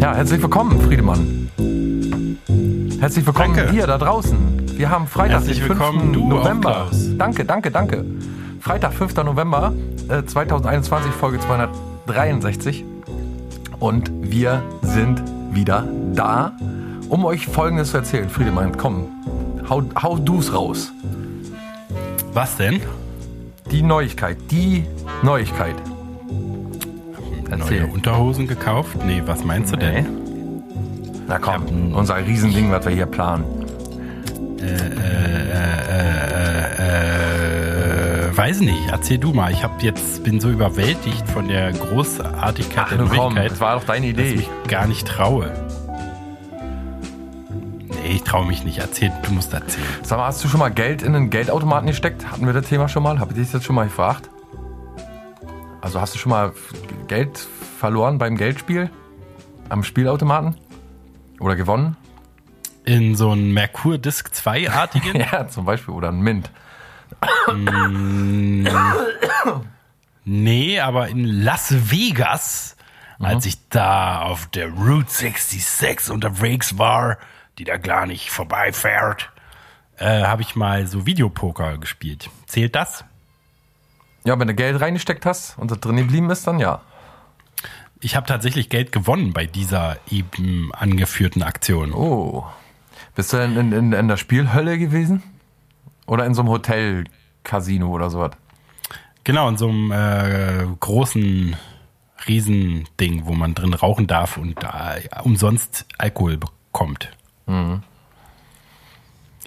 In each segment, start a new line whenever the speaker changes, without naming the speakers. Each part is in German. Ja, herzlich willkommen, Friedemann. Herzlich willkommen
Danke.
hier da draußen. Wir haben Freitag,
Herzlich
den 5.
willkommen, du auch,
November.
Klaus.
Danke, danke, danke. Freitag, 5. November äh, 2021, Folge 263. Und wir sind wieder da, um euch Folgendes zu erzählen. Friedemann, komm, hau, hau du's raus.
Was denn?
Die Neuigkeit, die Neuigkeit. Erzähl.
Neue Unterhosen gekauft? Nee, was meinst du
Nee.
denn?
Na komm, unser Riesending, was wir hier planen.
Äh, weiß nicht, erzähl du mal. Ich hab jetzt, bin so überwältigt von der Großartigkeit der
Ach, du komm,
Möglichkeit,
das war doch deine
dass ich
Idee.
mich gar nicht traue. Nee, ich traue mich nicht. Erzähl, du musst erzählen.
Sag mal, hast du schon mal Geld in einen Geldautomaten gesteckt? Hatten wir das Thema schon mal? Habe ich dich das schon mal gefragt? Also hast du schon mal Geld verloren beim Geldspiel? Am Spielautomaten? Oder gewonnen?
In so einen Merkur Disc 2-artigen?
Ja, zum Beispiel. Oder ein Mint.
Nee, aber in Las Vegas,
Mhm.
als ich da auf der Route 66 unterwegs war, die da gar nicht vorbeifährt, äh, habe ich mal so Videopoker gespielt. Zählt das?
Ja, wenn du Geld reingesteckt hast und das drin geblieben ist, dann ja.
Ich habe tatsächlich Geld gewonnen bei dieser eben angeführten Aktion.
Oh. Bist du denn in, in, in der Spielhölle gewesen? Oder in so einem Hotel-Casino oder sowas?
Genau, in so einem äh, großen Riesending, wo man drin rauchen darf und äh, umsonst Alkohol bekommt.
Mhm.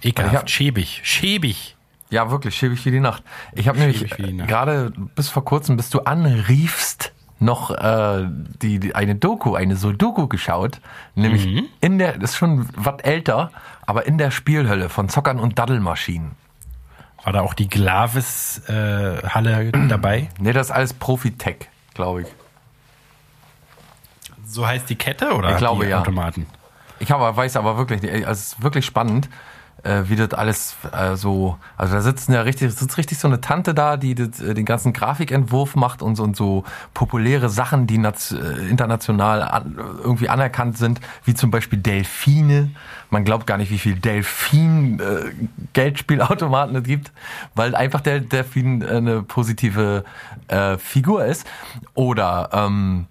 Ich hab-
Ekelhaft, schäbig, schäbig.
Ja, wirklich, schäbig wie die Nacht. Ich habe nämlich
Schäbig wie die
äh,
Nacht.
gerade bis vor kurzem, bis du anriefst, noch äh, die, die, eine Doku, eine Sudoku geschaut. Nämlich
Mhm.
in der, das ist schon was älter, aber in der Spielhölle von Zockern und Daddelmaschinen.
War da auch die Glavis-Halle dabei?
Nee, das ist alles Profitech, glaube ich.
So heißt die Kette oder
Ich glaube,
die
ja.
Automaten?
Ich habe, weiß aber wirklich, nicht, also es ist wirklich spannend, äh, wie das alles äh, so, also da sitzen ja richtig, sitzt richtig so eine Tante da, die das, äh, den ganzen Grafikentwurf macht und so, und so populäre Sachen, die nat- äh, international an, irgendwie anerkannt sind, wie zum Beispiel Delfine. Man glaubt gar nicht, wie viel Delfin äh, Geldspielautomaten es gibt, weil einfach der Delfin äh, eine positive äh, Figur ist. Oder ähm,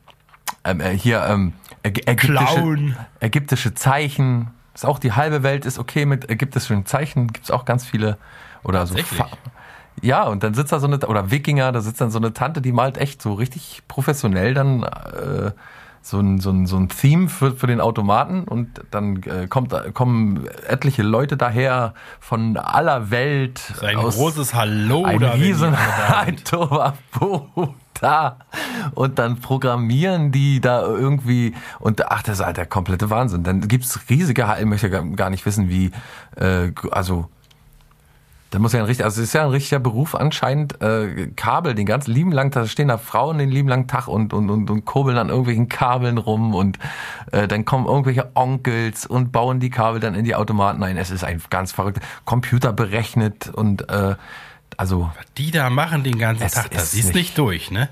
ähm, äh, hier ähm, äg ägyptische,
Clown.
ägyptische Zeichen. Ist auch die halbe Welt ist okay mit ägyptischen Zeichen. Gibt's auch ganz viele oder so.
Tatsächlich?
Fa- Ja, und dann sitzt da so eine oder Wikinger, da sitzt dann so eine Tante, die malt echt so richtig professionell dann äh, so ein so ein so ein Theme für, für den Automaten und dann äh, kommt da- kommen etliche Leute daher von aller Welt
Ein großes Hallo
ein
da, wenn
riesen
die alle da sind.
Torwabo da. Und dann programmieren die da irgendwie. Und ach, das ist halt der komplette Wahnsinn. Dann gibt's riesige Hallen, ich möchte gar- gar nicht wissen, wie, äh, also. Da muss ja ein richtig, also es ist ja ein richtiger Beruf anscheinend, äh, Kabel den ganzen lieben langen Tag, da stehen da Frauen den lieben langen Tag und, und, und, und kurbeln an irgendwelchen Kabeln rum und äh, dann kommen irgendwelche Onkels und bauen die Kabel dann in die Automaten ein. Es ist ein ganz verrückt, Computer berechnet und äh, also
Die da machen den ganzen
Es
Tag,
ist
das siehst
nicht-
nicht durch, ne?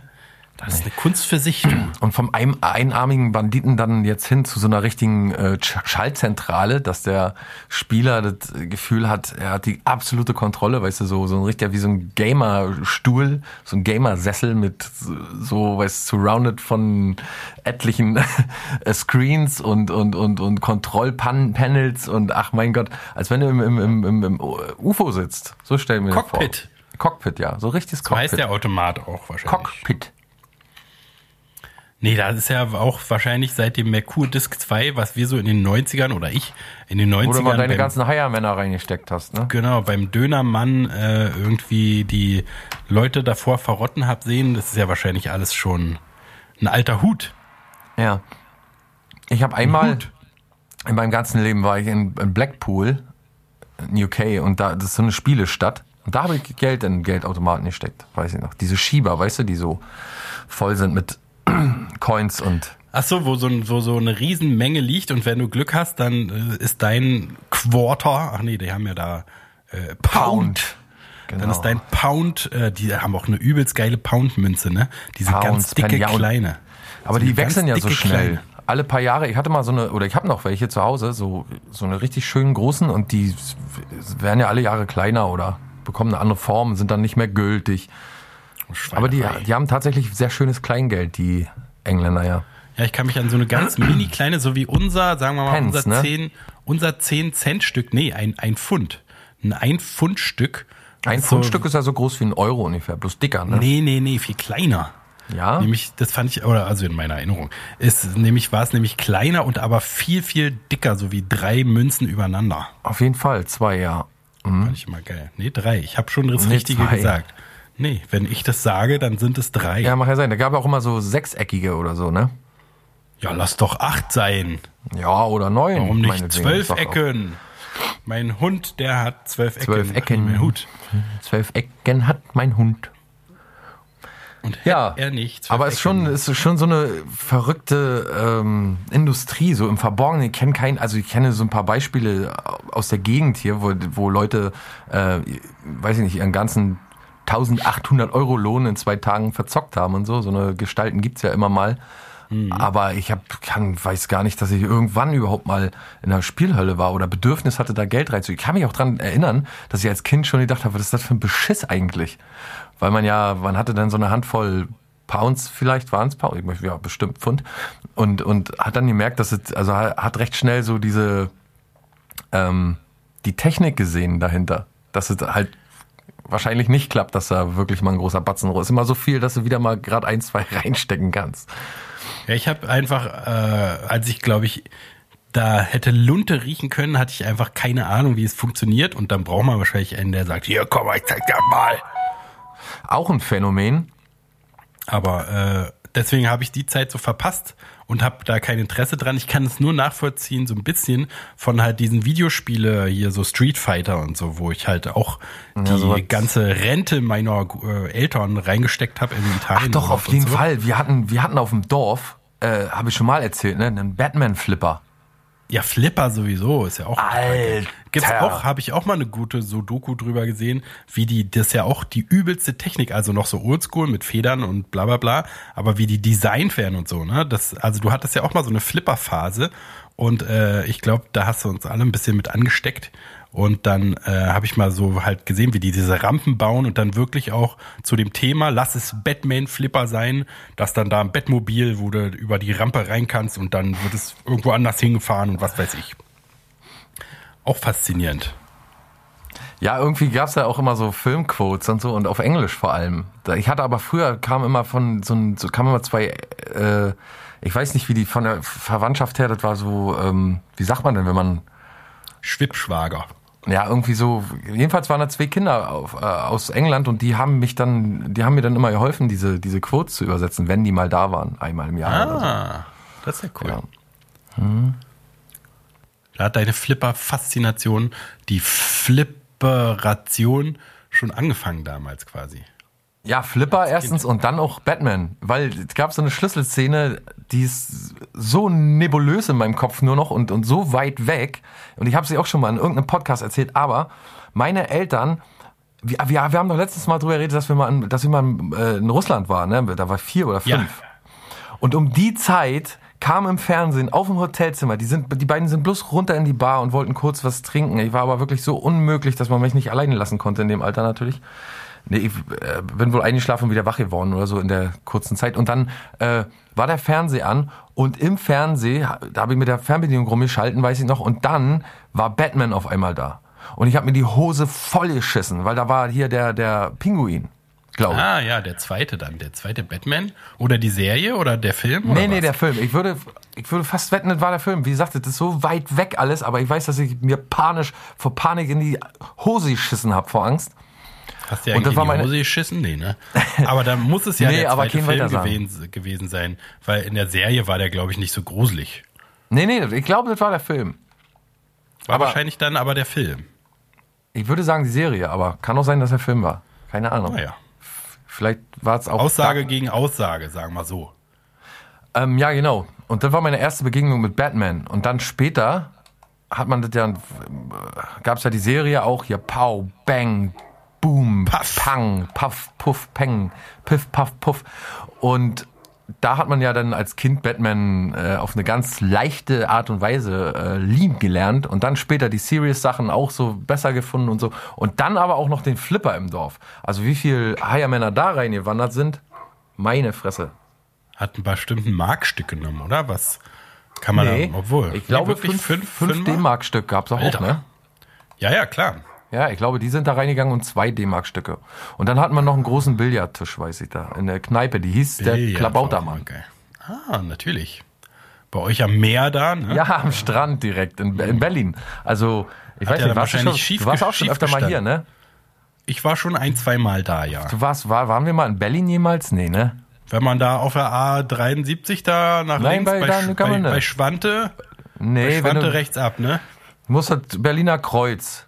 Das ist eine Kunst für sich, du.
Und vom ein einarmigen Banditen dann jetzt hin zu so einer richtigen äh, Sch- Schaltzentrale, dass der Spieler das äh, Gefühl hat, er hat die absolute Kontrolle, weißt du, so, so ein richtiger, wie so ein Gamer-Stuhl, so ein Gamer-Sessel mit so- so, weißt du, surrounded von etlichen äh, Screens und, und, und, und Kontrollpanels und ach mein Gott, als wenn du im, im, im, im, im UFO sitzt. So stell ich mir
Cockpit.
das vor. Cockpit, ja, so richtiges
So heißt
Cockpit.
der Automat auch wahrscheinlich.
Cockpit.
Nee, das ist ja auch wahrscheinlich seit dem Merkur Disc 2, was wir so in den 90ern oder ich in den 90ern
Wo du mal deine
beim-
ganzen Haier-Männer reingesteckt hast, ne?
Genau, beim Dönermann äh, irgendwie die Leute davor verrotten hab sehen, das ist ja wahrscheinlich alles schon ein alter Hut.
Ja. Ich habe einmal in meinem ganzen Leben war ich in, in Blackpool, in UK, und da das ist so eine Spielestadt. Und da habe ich Geld in Geldautomaten gesteckt, weiß ich noch. Diese Schieber, weißt du, die so voll sind mit Coins und
Ach so, wo so, ein- so, so eine Riesenmenge liegt und wenn du Glück hast, dann äh, ist dein Quarter, ach nee, die haben ja da äh, Pound.
Genau.
Dann ist dein Pound, äh, die haben auch eine übelst geile Pound-Münze, ne? Diese
Pounds,
ganz dicke
Penny, ja, und-
kleine.
Aber
So
die
eine ganz
wechseln ja so
dicke
schnell.
kleine.
alle paar Jahre, ich hatte mal so eine, oder ich habe noch welche zu Hause, so, so eine richtig schönen großen und die werden ja alle Jahre kleiner oder bekommen eine andere Form, sind dann nicht mehr gültig. Aber die,
Schweinerei.
die haben tatsächlich sehr schönes Kleingeld, die Engländer, ja.
Ja, ich kann mich an so eine ganz mini kleine, so wie unser, sagen wir mal,
Pence,
unser,
ne?
10, unser 10 Cent Stück, nee, ein, ein Pfund. Ein ein Pfund Stück.
Ein
So-
Fundstück ist ja so groß wie ein Euro ungefähr, bloß dicker, ne?
Nee, nee, nee, viel kleiner.
Ja?
Nämlich, das fand ich, oder also in meiner Erinnerung, ist nämlich, war es nämlich kleiner und aber viel, viel dicker, so wie drei Münzen übereinander.
Auf jeden Fall, zwei, ja.
Fand ich immer geil. Nee, drei. Ich habe schon das
Mhm. Nee,
Richtige
zwei.
gesagt. Nee, wenn ich das sage, dann sind es drei.
Ja,
Ja,
mag ja sein. Da gab es auch immer so sechseckige oder so, ne?
lass doch acht sein.
Ja, oder neun.
Warum nicht
meinetwegen.
zwölf
Ist doch auch-
Ecken? Mein Hund, der hat zwölf Ecken.
Zwölf
Ach,
Ecken.
Mein Hut.
Zwölf Ecken hat mein Hund.
Und
Ja,
hätt er nicht. zwölf
aber es ist
Ecken.
schon, es ist schon so eine verrückte ähm, Industrie, so im Verborgenen. Ich kenne keinen, also ich kenne so ein paar Beispiele aus der Gegend hier, wo, wo Leute, äh, weiß ich nicht, ihren ganzen 1800 Euro Lohn in zwei Tagen verzockt haben und so. So eine Gestalten gibt's ja immer mal. Aber ich hab, kann, weiß gar nicht, dass ich irgendwann überhaupt mal in der Spielhölle war oder Bedürfnis hatte, da Geld reinzu. Ich kann mich auch dran erinnern, dass ich als Kind schon gedacht habe, was ist das für ein Beschiss eigentlich? Weil man ja, man hatte dann so eine Handvoll Pounds vielleicht, waren es Pounds, ich möchte, ja, bestimmt Pfund. Und, und hat dann gemerkt, dass es, also hat recht schnell so diese, ähm, die Technik gesehen dahinter. Dass es halt wahrscheinlich nicht klappt, dass da wirklich mal ein großer Batzen ist. Immer so viel, dass du wieder mal gerade ein, zwei reinstecken kannst.
Ja, ich habe einfach, äh, als ich glaube ich, da hätte Lunte riechen können, hatte ich einfach keine Ahnung, wie es funktioniert. Und dann braucht man wahrscheinlich einen, der sagt, hier komm, ich zeig dir mal.
Auch ein Phänomen.
Aber äh, deswegen habe ich die Zeit so verpasst und habe da kein Interesse dran. Ich kann es nur nachvollziehen, so ein bisschen von halt diesen Videospiele hier, so Street Fighter und so, wo ich halt auch die
sowas.
ganze Rente meiner äh, Eltern reingesteckt habe in Italien.
Ach doch, auf
Genau, und
jeden
so.
Fall. Wir hatten, wir hatten auf dem Dorf, äh, habe ich schon mal erzählt, ne, einen Batman-Flipper.
Ja, Flipper sowieso ist ja
Ah,
auch.
Alter.
Gibt's auch, habe ich auch mal eine gute Sudoku drüber gesehen, wie die, das ist ja auch die übelste Technik, also noch so oldschool mit Federn und bla bla bla, aber wie die designt werden und so, ne? Das, also du hattest ja auch mal so eine Flipper-Phase und äh, ich glaube, da hast du uns alle ein bisschen mit angesteckt. Und dann äh, habe ich mal so halt gesehen, wie die diese Rampen bauen und dann wirklich auch zu dem Thema, lass es Batman-Flipper sein, dass dann da ein Bettmobil, wo du über die Rampe rein kannst und dann wird es irgendwo anders hingefahren und was weiß ich. Auch faszinierend.
Ja, irgendwie gab's ja auch immer so Filmquotes und so und auf Englisch vor allem. Da- Ich hatte aber früher kam immer von so, ein- so kamen immer zwei, äh, ich weiß nicht wie die von der Verwandtschaft her, das war so, ähm, wie sagt man denn, wenn man
Schwippschwager.
Ja, irgendwie so. Jedenfalls waren da zwei Kinder auf, äh, aus England und die haben mich dann, die haben mir dann immer geholfen, diese, diese Quotes zu übersetzen, wenn die mal da waren, einmal im Jahr. Oder so.
Ah, das ist ja cool. Hm.
Ja.
Da hat deine Flipper-Faszination, die Flipperation schon angefangen damals quasi.
Ja, Flipper erstens und dann auch Batman, weil es gab so eine Schlüsselszene, die ist so nebulös in meinem Kopf nur noch und, und so weit weg. Und ich habe sie auch schon mal in irgendeinem Podcast erzählt, aber meine Eltern, wir, wir, wir haben doch letztens mal drüber geredet, dass wir mal, in, dass wir mal in, äh, in Russland waren, ne? da war vier oder fünf. Und um die Zeit kam im Fernsehen auf dem Hotelzimmer, die, sind, die beiden sind bloß runter in die Bar und wollten kurz was trinken. Ich war aber wirklich so unmöglich, dass man mich nicht alleine lassen konnte in dem Alter natürlich. Nee, ich äh, bin wohl eingeschlafen und wieder wach geworden oder so in der kurzen Zeit. Und dann äh, war der Fernseher an und im Fernseher, da habe ich mit der Fernbedienung rumgeschalten, weiß ich noch, und dann war Batman auf einmal da. Und ich habe mir die Hose voll geschissen, weil da war hier der, der Pinguin, glaube ich.
Ah ja, der zweite dann, der zweite Batman oder die Serie oder der Film? oder
Nee, nee,
was?
der Film. Ich würde, ich würde fast wetten, das war der Film. Wie gesagt, das ist so weit weg alles, aber ich weiß, dass ich mir panisch vor Panik in die Hose geschissen habe vor Angst.
Hast du ja
Und das
eigentlich in
war
die
meine-
Hose geschissen? Nee, ne? Aber dann muss es ja
Nee,
der
aber
zweite
kein
Film
Weiter
gewesen, gewesen sein, weil in der Serie war der, glaube ich, nicht so gruselig.
Nee, nee, ich glaube, das war der Film.
War
Aber-
wahrscheinlich dann aber der Film.
Ich würde sagen die Serie, aber kann auch sein, dass der Film war. Keine Ahnung.
Naja.
Vielleicht war es auch.
Aussage gegen Aussage, sagen wir so.
Ähm, ja, genau. Und das war meine erste Begegnung mit Batman. Und dann später hat man das ja, gab es ja die Serie auch hier, Pow, Bang, Boom,
Puff.
Pang, Puff, Puff, Peng, Piff, Puff, Puff. Und da hat man ja dann als Kind Batman äh, auf eine ganz leichte Art und Weise äh, lieb gelernt und dann später die Serious-Sachen auch so besser gefunden und so. Und dann aber auch noch den Flipper im Dorf. Also wie viel Higher-Männer da reingewandert sind, meine Fresse.
Hat ein bestimmt ein Markstück genommen, oder? Was kann man
Nee,
da, obwohl.
ich glaube
wirklich
fünf, fünf,
fünf Mark?
D-Mark-Stück gab's auch,
Alter.
ne?
Ja, ja, klar.
Ja, ich glaube, die sind da reingegangen und zwei D-Mark-Stücke. Und dann hatten wir noch einen großen Billardtisch, weiß ich da, in der Kneipe. Die hieß der
Billard-
Klabautermann.
Okay. Ah, natürlich. Bei euch am Meer da, ne?
Ja, am Strand direkt in, in Berlin. Also, ich
Hat
weiß
er
nicht,
dann
warst du, schon,
wahrscheinlich schief
du warst
ge-
auch schon
schief
öfter mal hier,
gestanden.
ne?
Ich war schon ein, zwei Mal da, ja.
Du warst, war, waren wir mal in Berlin jemals? Nee, ne?
Wenn man da auf der A73 da nach
Nein,
links
bei-
bei,
da
Sch-
kann
bei,
man nicht.
bei Schwante, bei
Nee, wenn
Schwante
du,
rechts ab, ne?
musst halt Berliner Kreuz.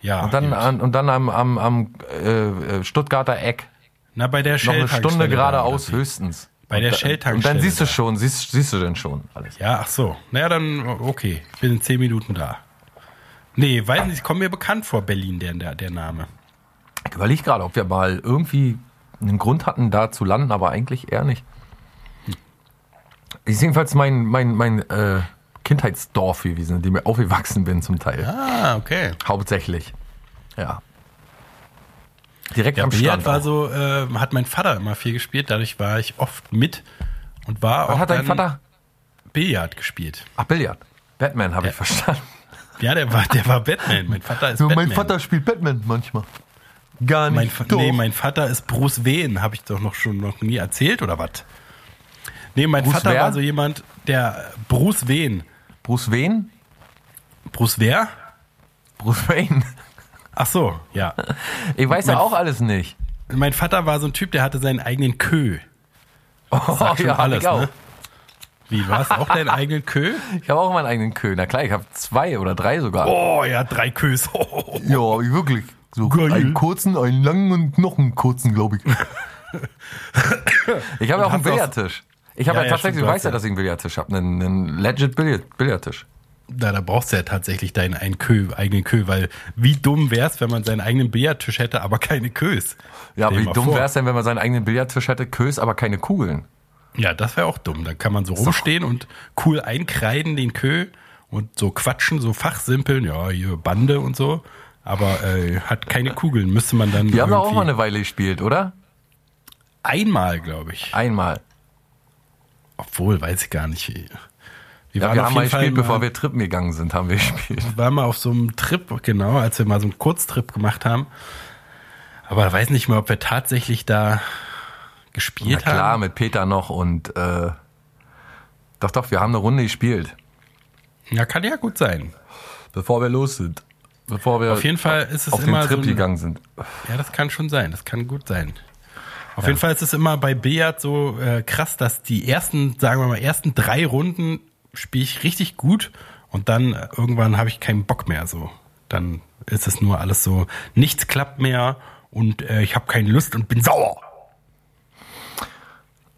Ja.
Und dann,
eben.
an, und dann am, am, am äh, äh, Stuttgarter Eck.
Na, bei der
Noch eine
Shell-Tankstelle
Stunde
da,
geradeaus
oder wie?
höchstens.
Bei der
Und da-
Shell-Tankstelle
Und dann siehst du
da.
schon, siehst, siehst du denn schon alles.
Ja, ach so. Naja, dann, okay. Ich bin in zehn Minuten da. Nee, weiß nicht, kommt mir bekannt vor, Berlin, der, der, der Name.
Ich überlege gerade, ob wir mal irgendwie einen Grund hatten, da zu landen, aber eigentlich eher nicht. Ist jedenfalls mein, mein, mein äh, Kindheitsdorf gewesen, in dem ich aufgewachsen bin zum Teil.
Ah, okay.
Hauptsächlich. Ja. Direkt
Ja,
am Strand.
Billard war
auch.
so, äh, hat mein Vater immer viel gespielt, dadurch war ich oft mit und war
Was
auch
hat dein
dann
Vater?
Billard gespielt.
Ach, Billard. Batman habe ich verstanden.
Ja, der war, der war Batman. Mein Vater ist Batman.
spielt Batman manchmal. Gar
Mein, Fa- nee, mein Vater ist Bruce Wayne, habe ich doch noch schon noch nie erzählt oder was? Nee, mein
Bruce
Vater
wer?
war so jemand, der Bruce Wayne.
Bruce Wayne?
Bruce wer?
Bruce Wayne.
Ach so, ja.
Ich weiß ja auch alles nicht.
mein Vater war so ein Typ, der hatte seinen eigenen Kö.
Oh,
Sagt schon
hab
alles,
ich auch.
ne? Wie war es auch deinen eigenen Kö?
Ich habe auch meinen eigenen Köh. Na klar, ich habe zwei oder drei sogar.
Oh, ja, drei Oh, Kös.
Ja, wirklich. So
Geil. einen
kurzen, einen langen und noch einen kurzen, glaube ich. ich habe ja auch einen
hast du auch-
Billardtisch. Ich habe
Ja,
ja,
ja,
tatsächlich,
stimmt,
du
du
weißt
hast
ja,
ja.
dass ich einen Billardtisch habe. Einen, einen legit Billard, Billardtisch.
Na, da brauchst du ja tatsächlich deinen einen Kö, eigenen Kö, weil wie dumm wär's, wenn man seinen eigenen Billardtisch hätte, aber keine Kös.
Ja,
Stell
wie
dir mal
dumm
vor.
wäre es denn, wenn man seinen eigenen Billardtisch hätte, Kös, aber keine Kugeln.
Ja, das wäre auch dumm. Dann kann man so rumstehen und cool einkreiden den Kö und so quatschen, so fachsimpeln, ja, hier Bande und so. Aber äh, hat keine Kugeln, müsste man dann
Die haben doch auch
irgendwie-
mal eine Weile gespielt, oder?
einmal, glaube ich.
Einmal.
Obwohl, weiß ich gar nicht. Wir
Ja, wir haben mal gespielt,
mal,
bevor wir trippen gegangen sind, haben wir gespielt.
waren mal auf so einem Trip, genau, als wir mal so einen Kurztrip gemacht haben. Aber weiß nicht mal, ob wir tatsächlich da
Ja,
gespielt
klar,
haben.
mit Peter noch und äh, doch, doch, wir haben eine Runde gespielt,
Ja, kann ja gut sein.
bevor wir los sind. Bevor wir
Auf jeden Fall ist es
auf den
immer
Trip
so ein,
gegangen sind.
Ja, das kann schon sein. Das kann gut sein. Auf jeden Fall ist es immer bei Beat so äh, krass, dass die ersten, sagen wir mal, ersten drei Runden spiele ich richtig gut und dann äh, irgendwann habe ich keinen Bock mehr. So, dann ist es nur alles so, nichts klappt mehr und äh, ich habe keine Lust und bin sauer.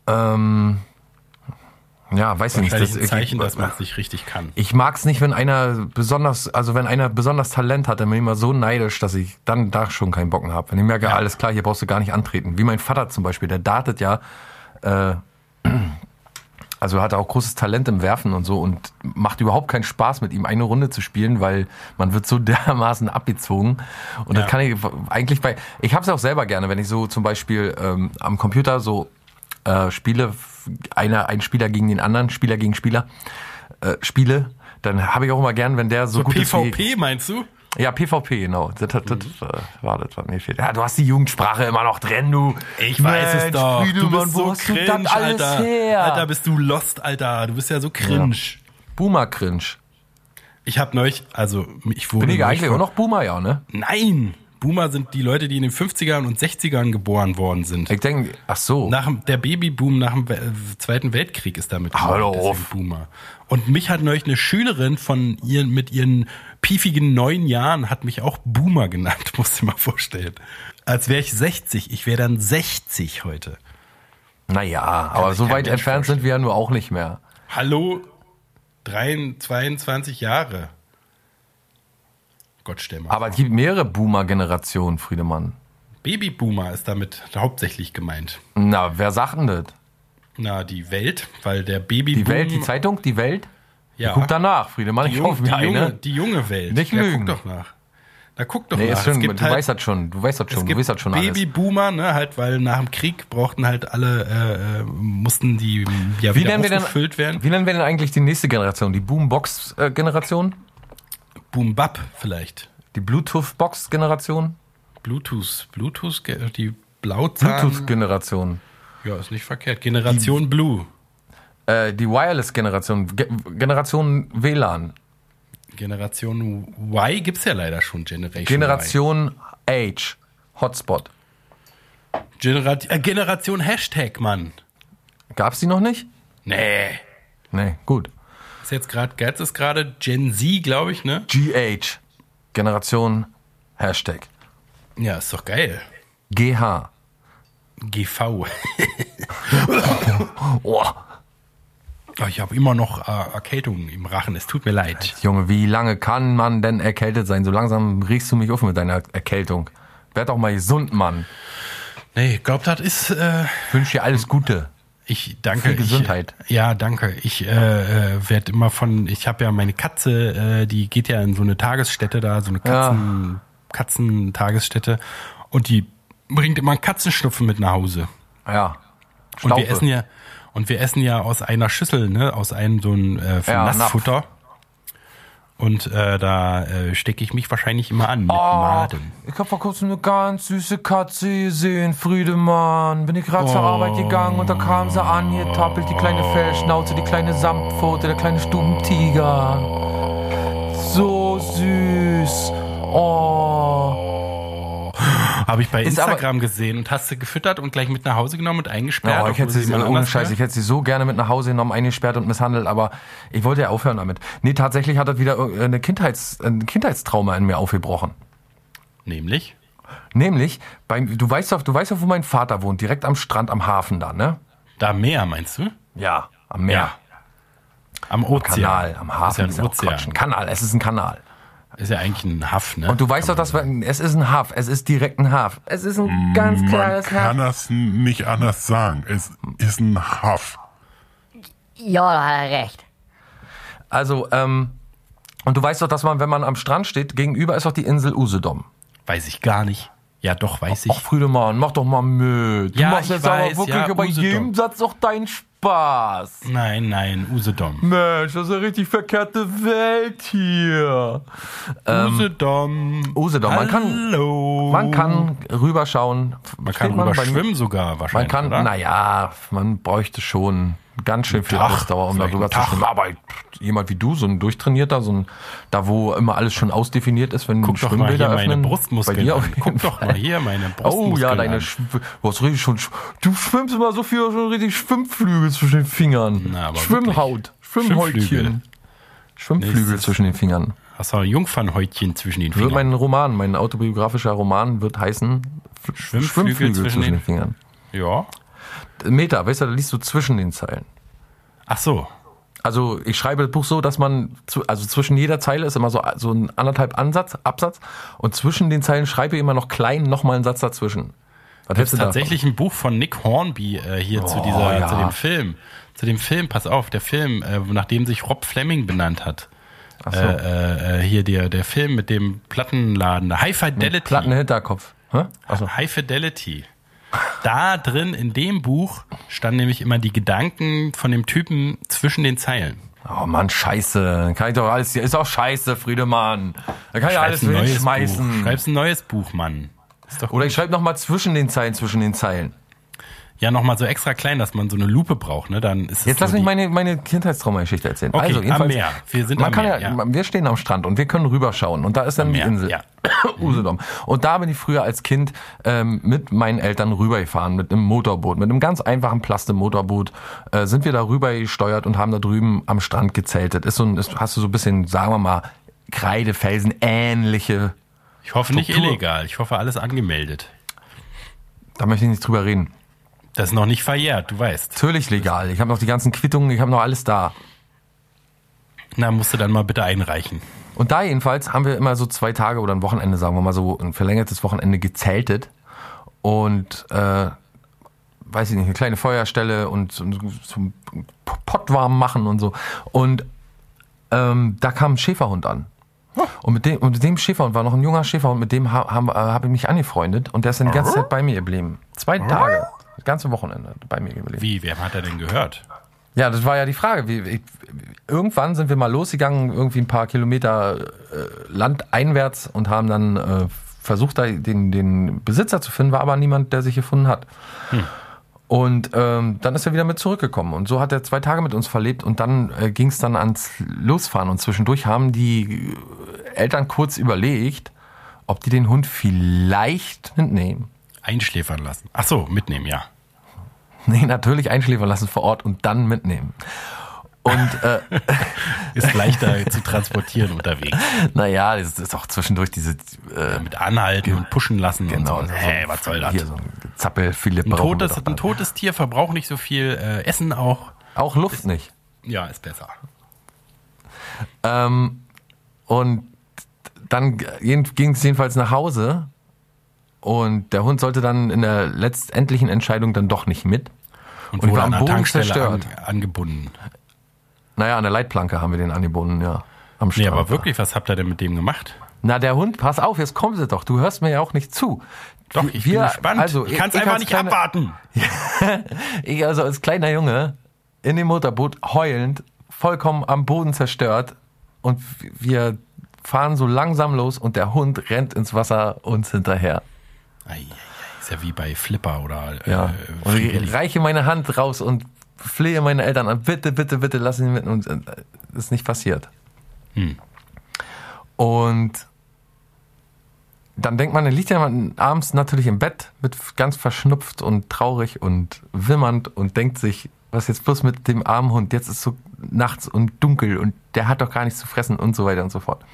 Ähm, ja, weiß ich nicht.
Wahrscheinlich
Das,
ein Zeichen, dass
ich
man es nicht richtig kann.
ich mag es nicht, wenn einer besonders, also wenn einer besonders Talent hat, dann bin ich immer so neidisch, dass ich dann da schon keinen Bock habe. Wenn ich merke, alles klar, hier brauchst du gar nicht antreten. Wie mein Vater zum Beispiel, der dartet ja, äh, also hat auch großes Talent im Werfen und so und macht überhaupt keinen Spaß, mit ihm eine Runde zu spielen, weil man wird so dermaßen abgezogen. Und das
Ja.
kann ich eigentlich bei. Ich habe es auch selber gerne, wenn ich so zum Beispiel ähm, am Computer so äh, Spiele, einer ein Spieler gegen den anderen, Spieler gegen Spieler äh, spiele. Dann habe ich auch immer gern, wenn der so, gut ist wie
PvP meinst du?
ja PvP genau. Das, das, das
Mhm.
äh, war das, was mir fehlt. Ja, du hast die Jugendsprache immer noch drin, du.
Ich weiß es
Mensch,
doch.
Friedemann, wo hast du das alles
Alter.
her?
Alter, bist du lost, Alter. Du bist ja so cringe.
Boomer Cringe.
Ich habe neulich, also ich wurde
Bin ich
neulich
eigentlich
von-
auch noch Boomer, ja, ne?
Nein! Boomer sind die Leute, die in den 50ern und 60ern geboren worden sind.
Ich denke, ach so.
Nach dem, der Babyboom nach dem We- äh, Zweiten Weltkrieg ist damit gemeint,
Hallo
deswegen
auf.
Boomer. Und mich hat neulich eine Schülerin von ihren mit ihren piefigen neun Jahren hat mich auch Boomer genannt, musst du dir mal vorstellen. Als wäre ich 60, ich wäre dann 60 heute.
naja, aber
sich
so
kein
weit
Mensch
entfernt sind wir ja nur auch nicht mehr.
Hallo, drei- 22 Jahre. Gott stell mal.
Aber es gibt mehrere Boomer-Generationen, Friedemann.
Babyboomer ist damit hauptsächlich gemeint.
Na, wer sagt denn das?
Na, die Welt, weil der Baby.
Die Welt, die Zeitung, die Welt?
Ja.
Guck danach, Friedemann.
die,
ich
junge,
kaufe
die,
mir
junge,
eine.
die junge Welt.
ne? Nicht lügen.
guck doch nach. Na, guck doch
Nee,
nach.
ist schon, du
halt-
weißt das schon. Du weißt das schon. Du weißt das schon alles.
Babyboomer, ne, halt, weil nach dem Krieg brauchten halt alle, äh, äh, mussten die ja
Wie
wieder
nennen, wir denn,
aufgefüllt werden.
wie nennen wir denn eigentlich die nächste Generation? Die Boombox-Generation?
Boom Bap vielleicht.
Die Bluetooth-Box-Generation?
Bluetooth, Bluetooth, ge- die Blauzahn.
Bluetooth-Generation.
Ja, ist nicht verkehrt. Generation Blue.
Äh, die Wireless-Generation. Ge Generation WLAN.
Generation Y gibt's ja leider schon. Generation.
Generation Age. Hotspot.
Y. Generat äh, Generation Hashtag, Mann.
Gab's die noch nicht?
Nee.
Nee, gut.
Ist jetzt gerade, jetzt ist gerade Gen Z, glaube ich, ne?
GH. Generation Hashtag.
Ja, ist doch geil.
GH.
GV.
Oh,
Oh, ich habe immer noch äh, Erkältungen im Rachen. Es tut mir leid.
Junge, wie lange kann man denn erkältet sein? So langsam riechst du mich auf mit deiner Erkältung. Werd doch mal gesund, Mann.
Nee, ich glaube, das ist. Äh,
Ich wünsch dir alles Gute.
Ich danke.
Viel Gesundheit.
Ich, ja, danke. Ich äh, werde immer von, ich habe ja meine Katze, äh, die geht ja in so eine Tagesstätte da, so eine Katzen, Katzentagesstätte und die bringt immer einen Katzenschnupfen mit nach Hause.
Ja.
Und
Schlaufe.
wir essen ja und wir essen ja aus einer Schüssel, ne, aus einem so ein äh, von
Ja,
Nassfutter. Und äh, da äh, stecke ich mich wahrscheinlich immer an mit
Ah,
Maden.
ich hab vor kurzem eine ganz süße Katze gesehen, Friedemann. Bin ich gerade
Oh.
zur Arbeit gegangen und da kam sie an, hier tappelt die kleine Fellschnauze, die kleine Samtpfote, der kleine Stubentiger. So süß. Oh.
Habe ich bei
Ist aber-
Instagram gesehen und hast sie gefüttert und gleich mit nach Hause genommen und eingesperrt.
Ja, ich hätte
obwohl
sie,
jemand
ohne
anders ne?
Scheiß,
wäre.
ich hätte sie so gerne mit nach Hause genommen, eingesperrt und misshandelt, aber ich wollte ja aufhören damit. Nee, tatsächlich hat das wieder eine Kindheits, ein Kindheitstrauma in mir aufgebrochen.
Nämlich?
Nämlich, beim, du weißt doch, du weißt doch, wo mein Vater wohnt, direkt am Strand, am Hafen da, ne?
Da mehr, meinst du?
Ja. Am Meer.
Am Ozean.
Kanal, am Hafen. Ist
Ist ja
ja
ein
auch Quatsch.
Ozean.
Ein Kanal, es ist ein Kanal.
Ist ja eigentlich ein Haff, ne?
Und du weißt doch, dass wir, es ist ein Haff, es ist direkt ein Haff. Es ist ein
Mm,
ganz
Man
klares
kann
Haff.
das nicht anders sagen. Es ist ein Haff.
Ja, da hat er recht.
Also, ähm, und du weißt doch, dass man, wenn man am Strand steht, gegenüber ist doch die Insel Usedom.
weiß ich gar nicht. Ja, doch, weiß
Och,
ich.
Friedemann, mach doch mal mit. Du
Ja,
machst
ich
jetzt
weiß,
aber wirklich
ja,
über
Usedom.
jedem Satz auch deinen Spaß.
Nein, nein, Usedom.
Mensch, das ist eine richtig verkehrte Welt hier.
Usedom.
Ähm, Usedom, man kann-
Hallo.
Man kann rüberschauen.
Oh. man kann
Steht bei-
überschwimmen sogar
Man
wahrscheinlich.
kann,
oder?
naja, man bräuchte schon ganz schön viel
Tag,
Ausdauer, um
vielleicht
darüber
einen
zu
Tag.
schwimmen. Aber pff, jemand wie du, so ein durchtrainierter, so ein, da wo immer alles schon ausdefiniert ist, wenn
Guck doch mal hier
Schwimmbilder
meine
öffnen.
Brustmuskeln.
bei dir
an.
auf jeden
Guck doch
Fall.
mal hier meine Brustmuskeln.
Oh ja, deine
an.
Schw- du hast richtig schon, sch- du schwimmst immer so viel, du hast schon richtig Schwimmflügel zwischen den Fingern.
Na, aber
Schwimmhaut,
wirklich.
Schwimmhäutchen. Schwimmflügel
Nee, es ist-
zwischen den Fingern.
Hast du ein Jungfernhäutchen zwischen den
Wird
Fingern?
mein Roman, mein autobiografischer Roman wird heißen F-
Schwimmflügel zwischen
zwischen
den-
den Fingern.
Ja.
Meter, weißt du, da liest du zwischen den Zeilen.
Ach so.
Also ich schreibe das Buch so, dass man zu, also zwischen jeder Zeile ist immer so so ein anderthalb Ansatz, Absatz und zwischen den Zeilen schreibe ich immer noch klein nochmal einen Satz dazwischen. Was hältst du davon?
tatsächlich ein Buch von Nick Hornby äh, hier zu dieser
ja.
zu dem Film. Zu dem Film, pass auf, der Film, äh, nachdem sich Rob Fleming benannt hat.
so.
Äh, äh, hier der, der Film mit dem Plattenladen, da. High Fidelity.
Platten Hinterkopf. Hä? Achso.
High Fidelity. Da drin in dem Buch standen nämlich immer die Gedanken von dem Typen zwischen den Zeilen.
Oh Mann, scheiße. Dann kann ich doch alles hier. Ist auch scheiße, Friedemann. Dann kann ich alles
Buch.
hinschmeißen.
Schreibst ein neues Buch, Mann. Ist doch
Oder ich schreibe nochmal zwischen den Zeilen, zwischen den Zeilen.
ja nochmal so extra klein, dass man so eine Lupe braucht, ne? Dann ist es
Jetzt
so
lass mich
die-
meine, meine Kindheitstraumageschichte erzählen.
Okay,
also,
am
jedenfalls,
Meer. Wir sind
man
am
kann
Meer,
ja,
ja.
Wir stehen am Strand und wir können rüberschauen. Und da ist dann die
Meer,
Insel.
ja.
Usedom. Und da bin ich früher als Kind ähm, mit meinen Eltern rübergefahren, mit einem Motorboot, mit einem ganz einfachen Plastikmotorboot, äh, sind wir da rüber gesteuert und haben da drüben am Strand gezeltet. Ist so ein, ist, hast du so ein bisschen, sagen wir mal, Kreidefelsen ähnliche.
Ich hoffe nicht
Struktur.
illegal, ich hoffe alles angemeldet.
Da möchte ich nicht drüber reden.
Das ist noch nicht verjährt, du weißt.
Natürlich legal. Ich habe noch die ganzen Quittungen, ich habe noch alles da.
Na, musst du dann mal bitte einreichen.
Und da jedenfalls haben wir immer so zwei Tage oder ein Wochenende, sagen wir mal so, ein verlängertes Wochenende gezeltet. Und äh, weiß ich nicht, eine kleine Feuerstelle und, und zum Pott warm machen und so. Und ähm, da kam ein Schäferhund an. Und mit dem, und mit dem Schäferhund war noch ein junger Schäferhund, mit dem ha- haben- äh, habe ich mich angefreundet und der ist dann die ganze Zeit bei mir geblieben. Zwei Tage, das ganze Wochenende bei mir geblieben.
Wie, wem hat er denn gehört?
Ja, das war ja die Frage. Wie, ich, irgendwann sind wir mal losgegangen, irgendwie ein paar Kilometer äh, landeinwärts und haben dann äh, versucht, da den, den Besitzer zu finden, war aber niemand, der sich gefunden hat. Und ähm, dann ist er wieder mit zurückgekommen. Und so hat er zwei Tage mit uns verlebt und dann äh, ging es dann ans Losfahren. Und zwischendurch haben die äh, Eltern kurz überlegt, ob die den Hund vielleicht mitnehmen.
Einschläfern lassen. Ach so, mitnehmen, ja.
Nee, natürlich einschläfern lassen vor Ort und dann mitnehmen. Und äh,
Ist leichter zu transportieren unterwegs.
Naja, das ist auch zwischendurch diese. Äh,
Mit anhalten und pushen lassen.
genau.
Und so. Hey, was soll das?
Hier so ein Zappel, viele
ein, totes, ein totes Tier verbraucht nicht so viel äh, Essen auch.
Auch Luft nicht.
Ja, ist besser.
Ähm, und dann ging es jedenfalls nach Hause. Und der Hund sollte dann in der letztendlichen Entscheidung dann doch nicht mit. Und
wurde
war am
an der
Boden
Tankstelle
zerstört.
An, angebunden.
Naja, an der Leitplanke haben wir den angebunden, ja. Am
Nee,
Strand.
aber wirklich, was habt ihr denn mit dem gemacht?
Na, der Hund, pass auf, jetzt kommen sie doch. Du hörst mir ja auch nicht zu.
Doch, ich
Wir-
bin gespannt.
also,
ich kann es
ich
einfach
als
nicht
kleine-
abwarten.
ich also als kleiner Junge in dem Motorboot heulend, vollkommen am Boden zerstört und wir fahren so langsam los und der Hund rennt ins Wasser uns hinterher.
Ei, ei, ei, ist ja wie bei Flipper oder äh,
Ja. und
Friedrich.
ich reiche meine Hand raus und flehe meine Eltern an, bitte, bitte, bitte, lass ihn mit uns. Und Das ist nicht passiert. Und dann denkt man, dann liegt ja man abends natürlich im Bett mit ganz verschnupft und traurig und wimmernd und denkt sich, was jetzt bloß mit dem armen Hund, jetzt ist so nachts und dunkel und der hat doch gar nichts zu fressen und so weiter und so fort.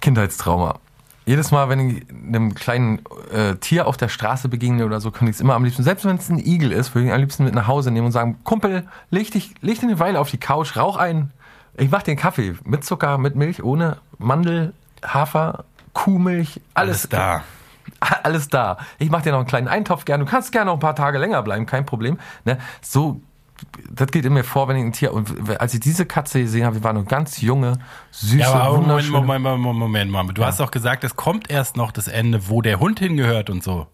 Kindheitstrauma. Jedes Mal, wenn ich einem kleinen äh, Tier auf der Straße begegne oder so, könnte ich es immer am liebsten, selbst wenn es ein Igel ist, würde ich ihn am liebsten mit nach Hause nehmen und sagen, Kumpel, leg dich, leg dich eine Weile auf die Couch, rauch ein, ich mach den Kaffee mit Zucker, mit Milch, ohne Mandel, Hafer, Kuhmilch, alles,
Alles da.
alles da. Ich mache dir noch einen kleinen Eintopf gern. Du kannst gerne noch ein paar Tage länger bleiben, kein Problem. Ne? So, das geht in mir vor, wenn ich ein Tier. Und als ich diese Katze gesehen habe, die war eine ganz junge, süße,
Ja, aber Moment,
wunderschöne.
Moment, Moment, Moment, Moment, Moment. Du hast doch gesagt, es kommt erst noch das Ende, wo der Hund hingehört und so.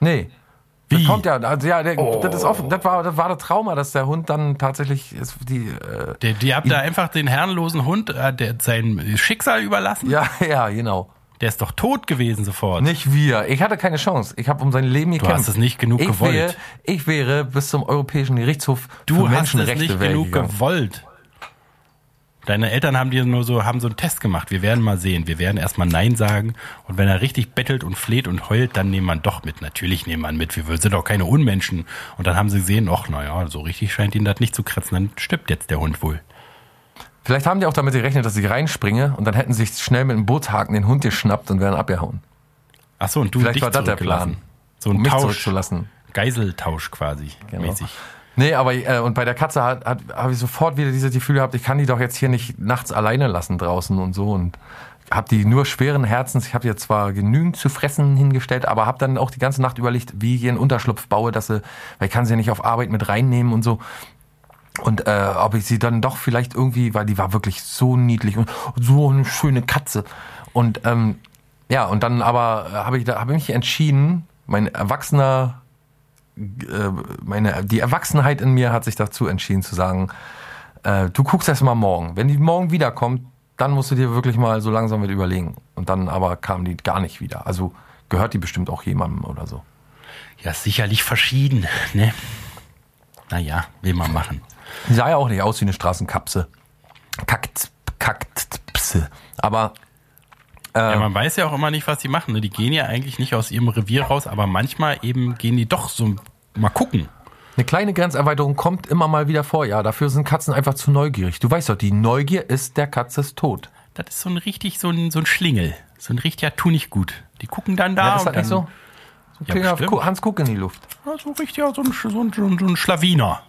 Nee.
Wie? Oh.
Das kommt ja, also ja, der, das ist offen. Das war, das war das Trauma, dass der Hund dann tatsächlich ist die. Äh,
Der, die habt da einfach den herrenlosen Hund, äh, der hat sein Schicksal überlassen.
ja, ja, genau.
Der ist doch tot gewesen sofort.
Nicht wir. Ich hatte keine Chance. Ich habe um sein Leben gekämpft.
hast es nicht genug
ich
gewollt.
Wäre, ich wäre bis zum Europäischen Gerichtshof
du
für
hast es
Menschenrechte
nicht
wäre ich
genug
gegangen.
gewollt. Deine Eltern haben dir nur so, haben so einen Test gemacht. Wir werden mal sehen. Wir werden erstmal Nein sagen. Und wenn er richtig bettelt und fleht und heult, dann nehmen wir ihn doch mit. Natürlich nehmen wir ihn mit. Wir sind doch keine Unmenschen. Und dann haben sie gesehen, ach, naja, so richtig scheint ihn das nicht zu kratzen. Dann stirbt jetzt der Hund wohl.
Vielleicht haben die auch damit gerechnet, dass ich reinspringe und dann hätten sie sich schnell mit dem Bootshaken den Hund geschnappt und wären abgehauen.
Ach so, und du
Vielleicht
dich
war das der
zurückgelassen.
Plan.
So ein
Um mich
Tausch.
zurückzulassen. Genau.
Geiseltausch quasi. Mäßig.
Nee, aber äh, und bei der Katze hat, hat, habe ich sofort wieder dieses Gefühl gehabt, ich kann die doch jetzt hier nicht nachts alleine lassen draußen und so und habe die nur schweren Herzens. Ich habe ihr zwar genügend zu fressen hingestellt, aber habe dann auch die ganze Nacht überlegt, wie ich ihren Unterschlupf baue, dass sie, weil ich kann sie ja nicht auf Arbeit mit reinnehmen und so. Und äh, ob ich sie dann doch vielleicht irgendwie, weil die war wirklich so niedlich und so eine schöne Katze. Und ähm, ja, und dann aber äh, habe ich, da- habe ich mich entschieden, mein erwachsener äh, meine, die Erwachsenheit in mir hat sich dazu entschieden zu sagen, äh, du guckst erst mal morgen. Wenn die morgen wiederkommt, dann musst du dir wirklich mal so langsam mit überlegen. Und dann aber kam die gar nicht wieder. Also gehört die bestimmt auch jemandem oder so.
Ja, ist sicherlich verschieden, ne? Naja, will man machen.
Die sah ja auch nicht aus wie eine Straßenkapse. Kackt, kackt, pse. Aber
Ja, man weiß ja auch immer nicht, was die machen. Ne? Die gehen ja eigentlich nicht aus ihrem Revier raus, aber manchmal eben gehen die doch so mal gucken.
eine kleine Grenzerweiterung kommt immer mal wieder vor. Ja, dafür sind Katzen einfach zu neugierig. Du weißt doch, die Neugier ist der Katzes Tod.
Das ist so ein richtig, so ein, so ein Schlingel. So ein richtiger tu nicht gut. Die gucken dann da
Ja, ist
und
das
dann,
nicht so? so
Ja,
kleiner
bestimmt.
Ku- Hans guck in die Luft.
Ja, so richtiger, so ein, so ein, so ein, so ein Schlawiner.
Ja,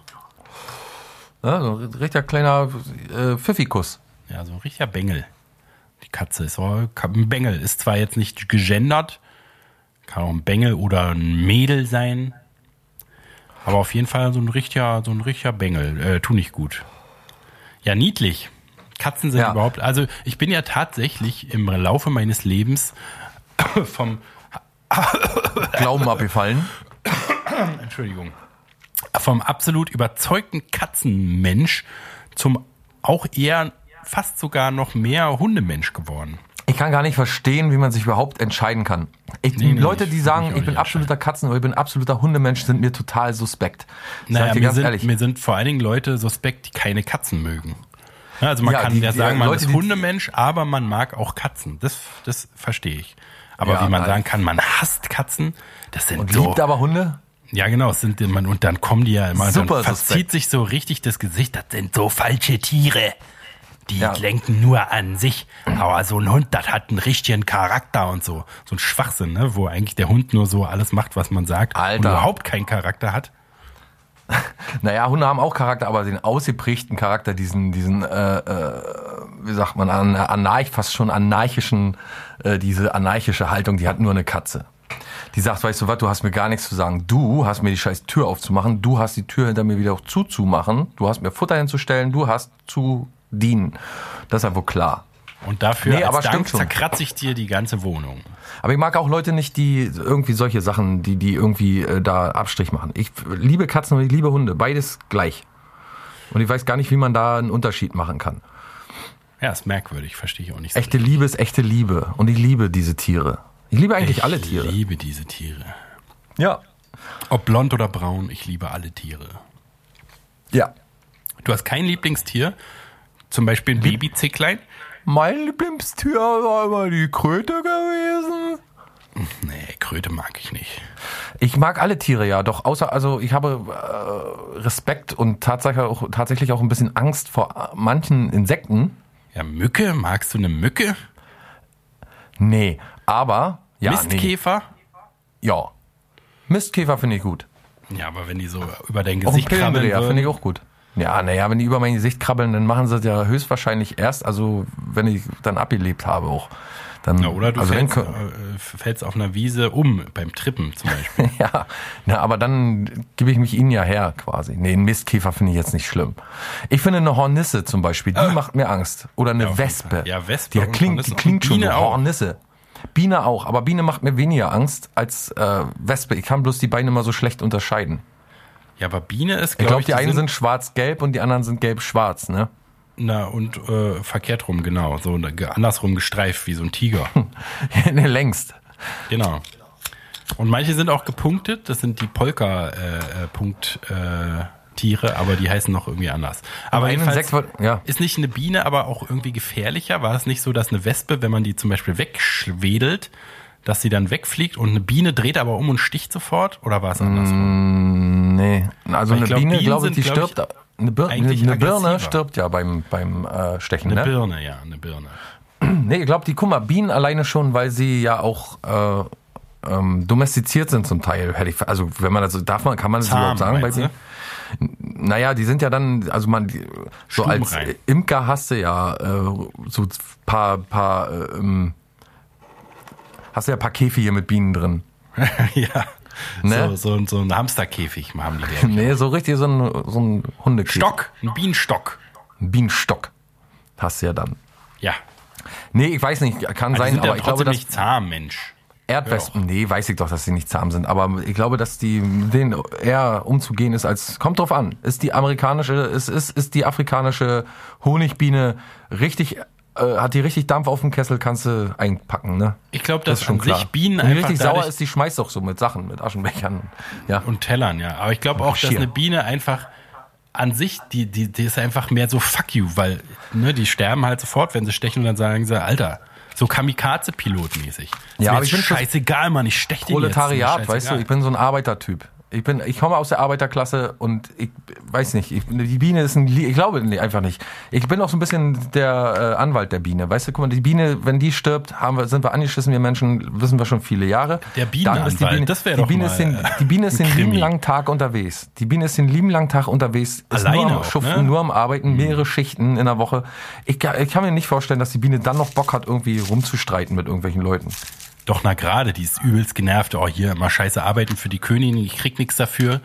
Ne? so ein richtiger kleiner äh, Pfiffikuss.
Ja, so ein richtiger Bengel. Die Katze ist auch ein Bengel. Ist zwar jetzt nicht gegendert, kann auch ein Bengel oder ein Mädel sein. Aber auf jeden Fall so ein richtiger, so ein richtiger Bengel. Äh, tu nicht gut. Ja, niedlich. Katzen sind
Ja.
überhaupt. Also ich bin ja tatsächlich im Laufe meines Lebens vom
Glauben abgefallen.
Entschuldigung. Vom absolut überzeugten Katzenmensch zum auch eher fast sogar noch mehr Hundemensch geworden.
Ich kann gar nicht verstehen, wie man sich überhaupt entscheiden kann. Ich,
nee,
Leute,
ich
die
kann mich
sagen,
auch
ich bin
nicht
absoluter Katzen- oder ich bin absoluter Hundemensch, sind mir total suspekt. Ich sag dir
mir,
ganz
sind,
ehrlich.
mir sind vor allen Dingen Leute suspekt, die keine Katzen mögen. Ja, also man
Ja,
kann
die-
ja
die
sagen, man
Leute,
ist
die-
Hundemensch, aber man mag auch Katzen. Das, das verstehe ich. Aber
Ja,
wie man
nein.
sagen kann, man hasst Katzen, das sind
und
so.
liebt aber Hunde?
Ja, genau, es sind man und dann kommen die ja immer
Super
dann verzieht
suspekt.
sich so richtig das Gesicht, das sind so falsche Tiere. Die
Ja.
lenken nur an sich. Aber so ein Hund, das hat einen richtigen Charakter und so. So ein Schwachsinn, ne? wo eigentlich der Hund nur so alles macht, was man sagt und
Alter.
überhaupt keinen Charakter hat.
Naja, Hunde haben auch Charakter, aber den ausgeprägten Charakter, diesen, diesen, äh, äh, wie sagt man, an, anarch, fast schon anarchischen, äh, diese anarchische Haltung, die hat nur eine Katze. Die sagt, weißt du was, du hast mir gar nichts zu sagen. Du hast mir die scheiß Tür aufzumachen, du hast die Tür hinter mir wieder auch zuzumachen, du hast mir Futter hinzustellen, du hast zu dienen. Das ist ja wohl klar.
Und dafür
Nee,
als
aber
Dank
stimmt schon.
zerkratze ich dir die ganze Wohnung.
Aber ich mag auch Leute nicht, die irgendwie solche Sachen, die, die irgendwie äh, da Abstrich machen. Ich liebe Katzen und ich liebe Hunde. Beides gleich. Und ich weiß gar nicht, wie man da einen Unterschied machen kann.
Ja, ist merkwürdig, verstehe ich auch nicht. so
Echte Liebe ist echte Liebe. Und ich liebe diese Tiere. Ich liebe
richtig.
eigentlich
ich
alle Tiere.
liebe diese Tiere.
Ja.
Ob blond oder braun, ich liebe alle Tiere.
Ja.
Du hast kein Lieblingstier, zum Beispiel ein
Hm?
Babyzicklein.
Mein Lieblingstier war immer die Kröte gewesen.
Nee, Kröte mag ich nicht.
Ich mag alle Tiere ja, doch außer, also ich habe äh, Respekt und tatsächlich auch, tatsächlich auch ein bisschen Angst vor äh, manchen Insekten.
Ja, Mücke, magst du eine Mücke?
Nee, aber ja, nee.
Mistkäfer?
Ja. Mistkäfer finde ich gut.
Ja, aber wenn die so über dein
Auch ein
Gesicht krabbeln
Pillenbreher finde ich
würden.
auch gut. Ja, naja, wenn die über mein Gesicht krabbeln, dann machen sie das ja höchstwahrscheinlich erst, also wenn ich dann abgelebt habe auch. Dann,
Ja, oder du
also wenn,
fällst, äh, fällst auf einer Wiese um, beim Trippen zum Beispiel.
ja, na, aber dann gebe ich mich ihnen ja her quasi. Nee, einen Mistkäfer finde ich jetzt nicht schlimm. Ich finde eine Hornisse zum Beispiel, die macht mir Angst. Oder eine
auf jeden
Wespe.
Fall. Ja, Wespe
Die
und
klingt,
Hornisse
die
und
klingt schon
Biene
so,
auch.
Hornisse. Biene auch, aber Biene macht mir weniger Angst als äh, Wespe. Ich kann bloß die Beine immer so schlecht unterscheiden.
Ja, aber Biene ist,
Ich
glaube
glaube, die, einen sind schwarz-gelb und die anderen sind gelb-schwarz, ne?
Na, und äh, verkehrt rum, genau. So ge- andersrum gestreift wie so ein Tiger.
ne, längst.
genau. Und manche sind auch gepunktet, das sind die Polka-Punkt-Tiere, äh, Tiere, aber die heißen noch irgendwie anders. Aber
Ein
jedenfalls
Insekt wird- ja.
ist nicht eine Biene, aber auch irgendwie gefährlicher. War es nicht so, dass eine Wespe, wenn man die zum Beispiel wegschwedelt, dass sie dann wegfliegt und eine Biene dreht aber um und sticht sofort? Oder war es
Mm,
andersrum?
Nee. Also
Ich
eine
glaub,
Biene,
Bienen
glaube ich, die
sind, glaub ich,
stirbt. eine Bir eine,
eigentlich
eine Birne
aggressiver.
stirbt ja beim, beim äh, Stechen,
Eine
ne?
Birne, ja, eine Birne.
Nee, ich glaube, die, guck mal, Bienen alleine schon, weil sie ja auch äh, ähm, domestiziert sind zum Teil. Hätte ich, also wenn man das so, darf man, kann man das
Zahm,
überhaupt sagen bei
meinst du?
Bienen? Naja, die sind ja dann, also man, die, so als
Stubenrein.
Imker hast du ja äh, so paar, paar, äh, ähm, hast du ja paar Käfige mit Bienen drin.
ja.
Ne?
So, so, so ein Hamsterkäfig haben die da.
Nee, so richtig so ein, so ein Hundekäfig.
Stock, ein Bienenstock.
Ein Bienenstock. Hast du ja dann.
Ja.
Nee, ich weiß nicht, kann
Also die
sein,
sind
aber
ja
ich glaube,
trotzdem
dass
nicht zahm, Mensch.
Erdwespen, nee, weiß ich doch, dass sie nicht zahm sind, aber ich glaube, dass die mit denen eher umzugehen ist als kommt drauf an. Ist die amerikanische ist ist ist die afrikanische Honigbiene richtig äh, hat die richtig Dampf auf dem Kessel, kannst du einpacken, ne?
Ich glaube, dass
ist
an sich Bienen
Wenn die
einfach
richtig sauer
dadurch-
ist, die schmeißt doch so mit Sachen, mit Aschenbechern. Ja.
und Tellern, ja. Aber ich glaube auch, dass
Geschirr.
eine Biene einfach an sich, die, die, die ist einfach mehr so fuck you, weil ne, die sterben halt sofort, wenn sie stechen und dann sagen sie, Alter, so Kamikaze-Pilot-mäßig.
Ja, aber
ich
ich bin schon-
scheißegal, Mann, ich stech den
Proletariat,
jetzt.
weißt du, ich bin so ein Arbeitertyp. Ich bin, ich komme aus der Arbeiterklasse und ich weiß nicht, ich, die Biene ist ein, Lie- ich glaube nee, einfach nicht. Ich bin auch so ein bisschen der äh, Anwalt der Biene. Weißt du, guck mal, die Biene, wenn die stirbt, haben wir, sind wir angeschissen, wir Menschen, wissen wir schon viele Jahre.
Der
Dann ist die
Bienenanwalt,
Biene,
das wäre
die
doch
Biene
mal,
ist den,
äh,
Die Biene ist den
ein
lieben
Krimi.
langen Tag unterwegs. Die Biene ist den lieben langen Tag unterwegs. Ist
Alleine
nur am
auch,
Schuften,
ne?
nur am Arbeiten, mehrere Schichten in der Woche. Ich, ga- ich kann mir nicht vorstellen, dass die Biene dann noch Bock hat, irgendwie rumzustreiten mit irgendwelchen Leuten.
Doch, na gerade, die ist übelst genervt. Oh, hier immer scheiße arbeiten für die Königin, ich krieg nichts dafür.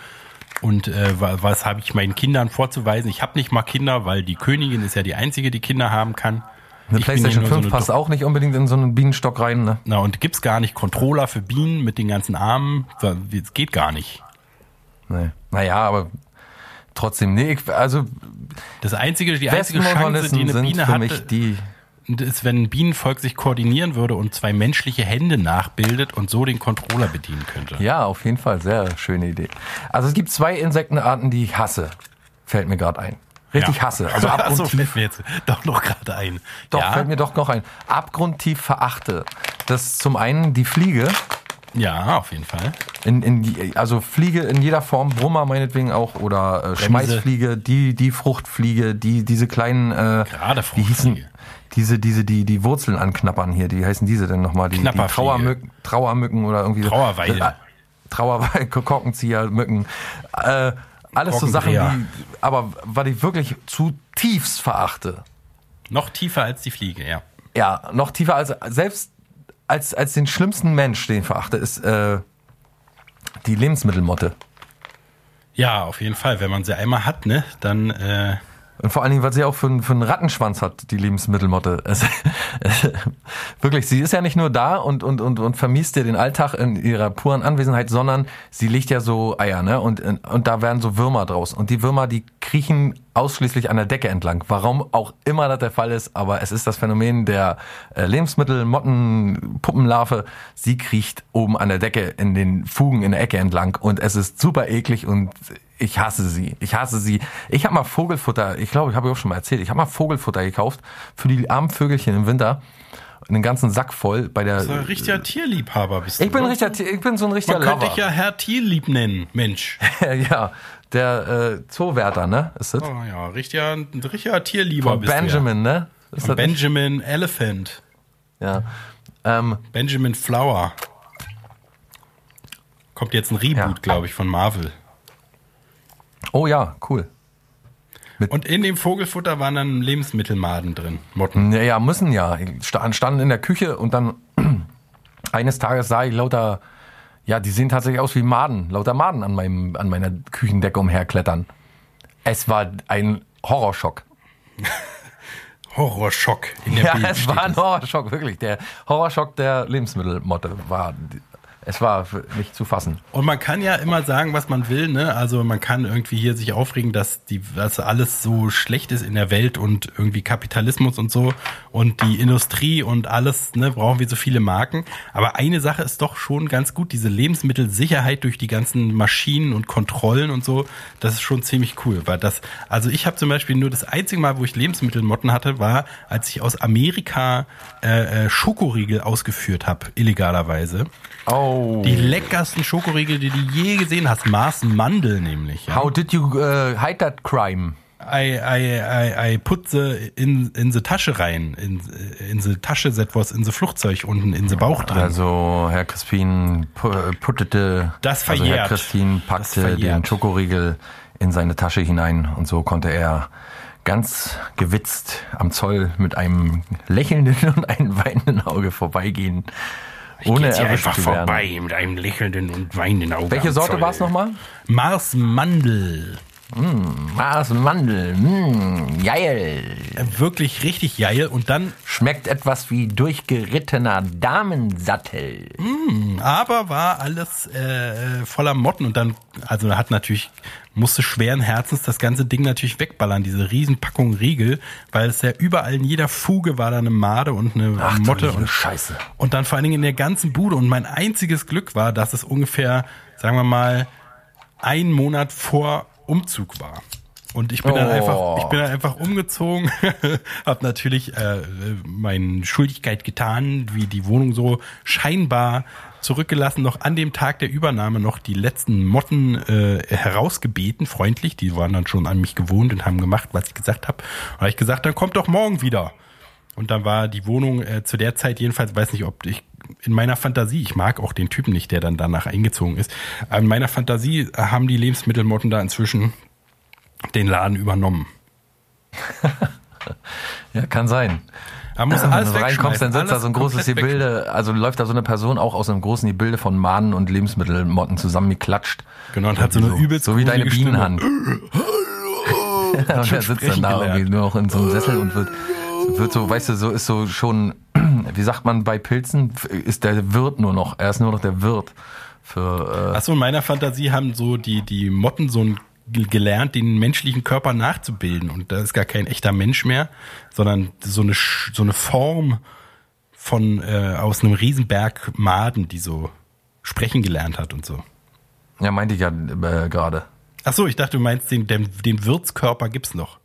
Und äh, wa- was habe ich meinen Kindern vorzuweisen? Ich habe nicht mal Kinder, weil die Königin ist ja die einzige, die Kinder haben kann.
Eine
Ich bin hier
PlayStation
nur so
5
eine
passt auch nicht unbedingt in so einen Bienenstock rein, ne?
Na, und gibt's gar nicht Controller für Bienen mit den ganzen Armen. So, Das geht gar nicht.
Nee. Naja, aber trotzdem, nee, ich, also
Das einzige, die einzige
besten
Chance, die
Journalisten
eine
sind
Biene
für mich
hat,
die.
ist, wenn ein Bienenvolk sich koordinieren würde und zwei menschliche Hände nachbildet und so den Controller bedienen könnte.
Ja, auf jeden Fall, sehr schöne Idee. Also es gibt zwei Insektenarten, die ich hasse. Fällt mir gerade ein. Richtig
Ja.
hasse. Also
Ach so,
abgrundtief
fällt mir jetzt doch noch gerade ein.
Doch,
ja,
fällt mir doch noch ein. Abgrundtief verachte. Das ist zum einen die Fliege,
ja, auf jeden Fall.
in, in, je- also Fliege in jeder Form, Brummer meinetwegen auch, oder äh, Schmeißfliege, die, die Fruchtfliege, die, diese kleinen, äh,
Gerade
die hießen,
Fruchtfliege.
diese, diese, die, die Wurzeln anknappern hier, die heißen diese denn nochmal, die, die
Knapperfliege.
Trauermücken, Trauermücken oder irgendwie.
Trauerweide.
Äh, Trauerweide, Korkenzieher, Mücken, äh, alles so Sachen,
Korkendreher.
die, aber was ich wirklich zutiefst verachte.
Noch tiefer als die Fliege, ja.
Ja, noch tiefer als selbst als, als den schlimmsten Mensch, den ich verachte, ist äh, die Lebensmittelmotte.
Ja, auf jeden Fall. Wenn man sie einmal hat, ne, dann äh,
Und vor allen Dingen, was sie auch für, einen- für einen Rattenschwanz hat, die Lebensmittelmotte. Es, wirklich, sie ist ja nicht nur da und, und, und, und vermiest dir den Alltag in ihrer puren Anwesenheit, sondern sie legt ja so Eier, ne? Und, und da werden so Würmer draus. Und die Würmer, die kriechen ausschließlich an der Decke entlang. Warum auch immer das der Fall ist, aber es ist das Phänomen der äh, Lebensmittelmotten, Puppenlarve. Sie kriecht oben an der Decke in den Fugen in der Ecke entlang und es ist super eklig und ich hasse sie. Ich hasse sie. Ich habe mal Vogelfutter, ich glaube, ich habe ja auch schon mal erzählt, ich habe mal Vogelfutter gekauft für die armen Vögelchen im Winter. Einen ganzen Sack voll bei der.
so ein richtiger Tierliebhaber bist du.
Ich bin
ne?
richtig, ich bin so ein richtiger
Man könnte dich
Lover.
ja Herr Tierlieb nennen, Mensch.
Ja, der äh, Zoowärter, ne? Ist das?
Oh ja, richtiger, ein richtiger Tierlieber
Von
bist
Benjamin, ne?
du.
Ist
Ja.
das nicht?
Benjamin Elephant.
Ja. Ähm,
Benjamin Flower. Kommt jetzt ein Reboot,
Ja.
glaube ich, von Marvel.
oh ja, cool.
Und in dem Vogelfutter waren dann Lebensmittelmaden drin. Motten.
Naja, müssen ja. Sta- Standen in der Küche und dann eines Tages sah ich lauter, ja, die sehen tatsächlich aus wie Maden, lauter Maden an, meinem, an meiner Küchendecke umherklettern. Es war ein Horrorschock.
Horrorschock in der
Hm. Ja,
Bibel
es
steht
war ein
das.
Horrorschock, wirklich. Der Horrorschock der Lebensmittelmotte war, es war für- nicht zu fassen.
Und man kann ja immer sagen, was man will, ne? Also man kann irgendwie hier sich aufregen, dass die, dass alles so schlecht ist in der Welt und irgendwie Kapitalismus und so und die Industrie und alles, ne, brauchen wir so viele Marken. Aber eine Sache ist doch schon ganz gut, diese Lebensmittelsicherheit durch die ganzen Maschinen und Kontrollen und so, das ist schon ziemlich cool. Weil das, also ich habe zum Beispiel nur das einzige Mal, wo ich Lebensmittelmotten hatte, war, als ich aus Amerika äh, äh, Schokoriegel ausgeführt habe, illegalerweise.
Oh.
Die leckersten Schokoriegel, die du je gesehen hast. Mars Mandel nämlich. Ja.
How did you äh, hide that crime?
I, I, I, I put the in, in the Tasche rein. In, in the Tasche set was in the Fluchtzeug unten in the Bauch drin.
Also Herr Crispin pu- äh, puttete,
Das
also Herr
verjährt.
Crispin
Das
packte
verjährt.
den Schokoriegel in seine Tasche hinein und so konnte er ganz gewitzt am Zoll mit einem lächelnden und einem weinenden Auge vorbeigehen, ohne
Geht hier
erwischt
einfach
zu werden.
vorbei mit einem lächelnden und weinenden Auge.
Welche
am
Sorte
Zoll.
war es nochmal?
Mars Mandel.
Mars Mandel. Mmh, geil.
Äh, Wirklich richtig geil. Und dann,
Schmeckt etwas wie durchgerittener Damensattel.
aber war alles äh, äh, voller Motten. Und dann, also hat natürlich, musste schweren Herzens das ganze Ding natürlich wegballern, diese Riesenpackung Riegel, weil es ja überall in jeder Fuge war da eine Made und eine
du
Motte.
liebe
Und
Scheiße.
und dann vor allen Dingen in der ganzen Bude. Und mein einziges Glück war, dass es ungefähr, sagen wir mal, ein Monat vor Umzug war. Und ich bin dann
Oh.
einfach, ich bin dann einfach umgezogen, habe natürlich äh, äh, meine Schuldigkeit getan, wie die Wohnung so scheinbar zurückgelassen, noch an dem Tag der Übernahme noch die letzten Motten äh, herausgebeten, freundlich, die waren dann schon an mich gewohnt und haben gemacht, was ich gesagt habe. Und habe ich gesagt, dann kommt doch morgen wieder. Und dann war die Wohnung äh, zu der Zeit jedenfalls, weiß nicht, ob ich in meiner Fantasie, ich mag auch den Typen nicht, der dann danach eingezogen ist, aber in meiner Fantasie haben die Lebensmittelmotten da inzwischen den Laden übernommen.
Ja, kann sein.
Da muss alles
Wenn du reinkommst, dann
wegschmeißen,
sitzt da
alles
so ein großes
komplett wegschmeißen.
Gebilde, also läuft da so eine Person auch aus einem großen Gebilde von Mahnen und Lebensmittelmotten zusammengeklatscht.
Genau, und hat so eine übelst
So wie deine
gruselige Stimme.
Bienenhand. und er sitzt dann
sprechen
da
gelernt.
irgendwie nur noch in so einem Sessel und wird, wird so, weißt du, so ist so schon, wie sagt man bei Pilzen, ist der Wirt nur noch, er ist nur noch der Wirt für, äh,
Achso, in meiner Fantasie haben so die, die Motten so ein ge- gelernt, den menschlichen Körper nachzubilden. Und da ist gar kein echter Mensch mehr, sondern so eine, Sch- so eine Form von äh, aus einem Riesenberg Maden, die so sprechen gelernt hat und so.
ja, meinte ich ja äh, gerade.
Achso, ich dachte, du meinst, den, den, den Wirtskörper gibt's noch.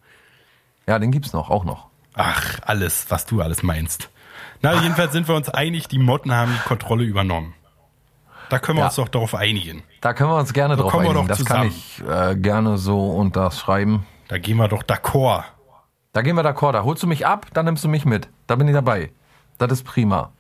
Ja, den gibt's noch, auch noch.
Ach, alles, was du alles meinst. Na, jedenfalls sind wir uns einig, die Motten haben die Kontrolle übernommen. Da können wir
Ja.
uns doch darauf einigen.
Da können wir uns gerne drauf
kommen wir
einigen.
doch
Das kann
zusammen.
ich äh, gerne so unterschreiben.
Da gehen wir doch d'accord.
Da gehen wir d'accord. Da holst du mich ab, dann nimmst du mich mit. Da bin ich dabei. Das ist prima.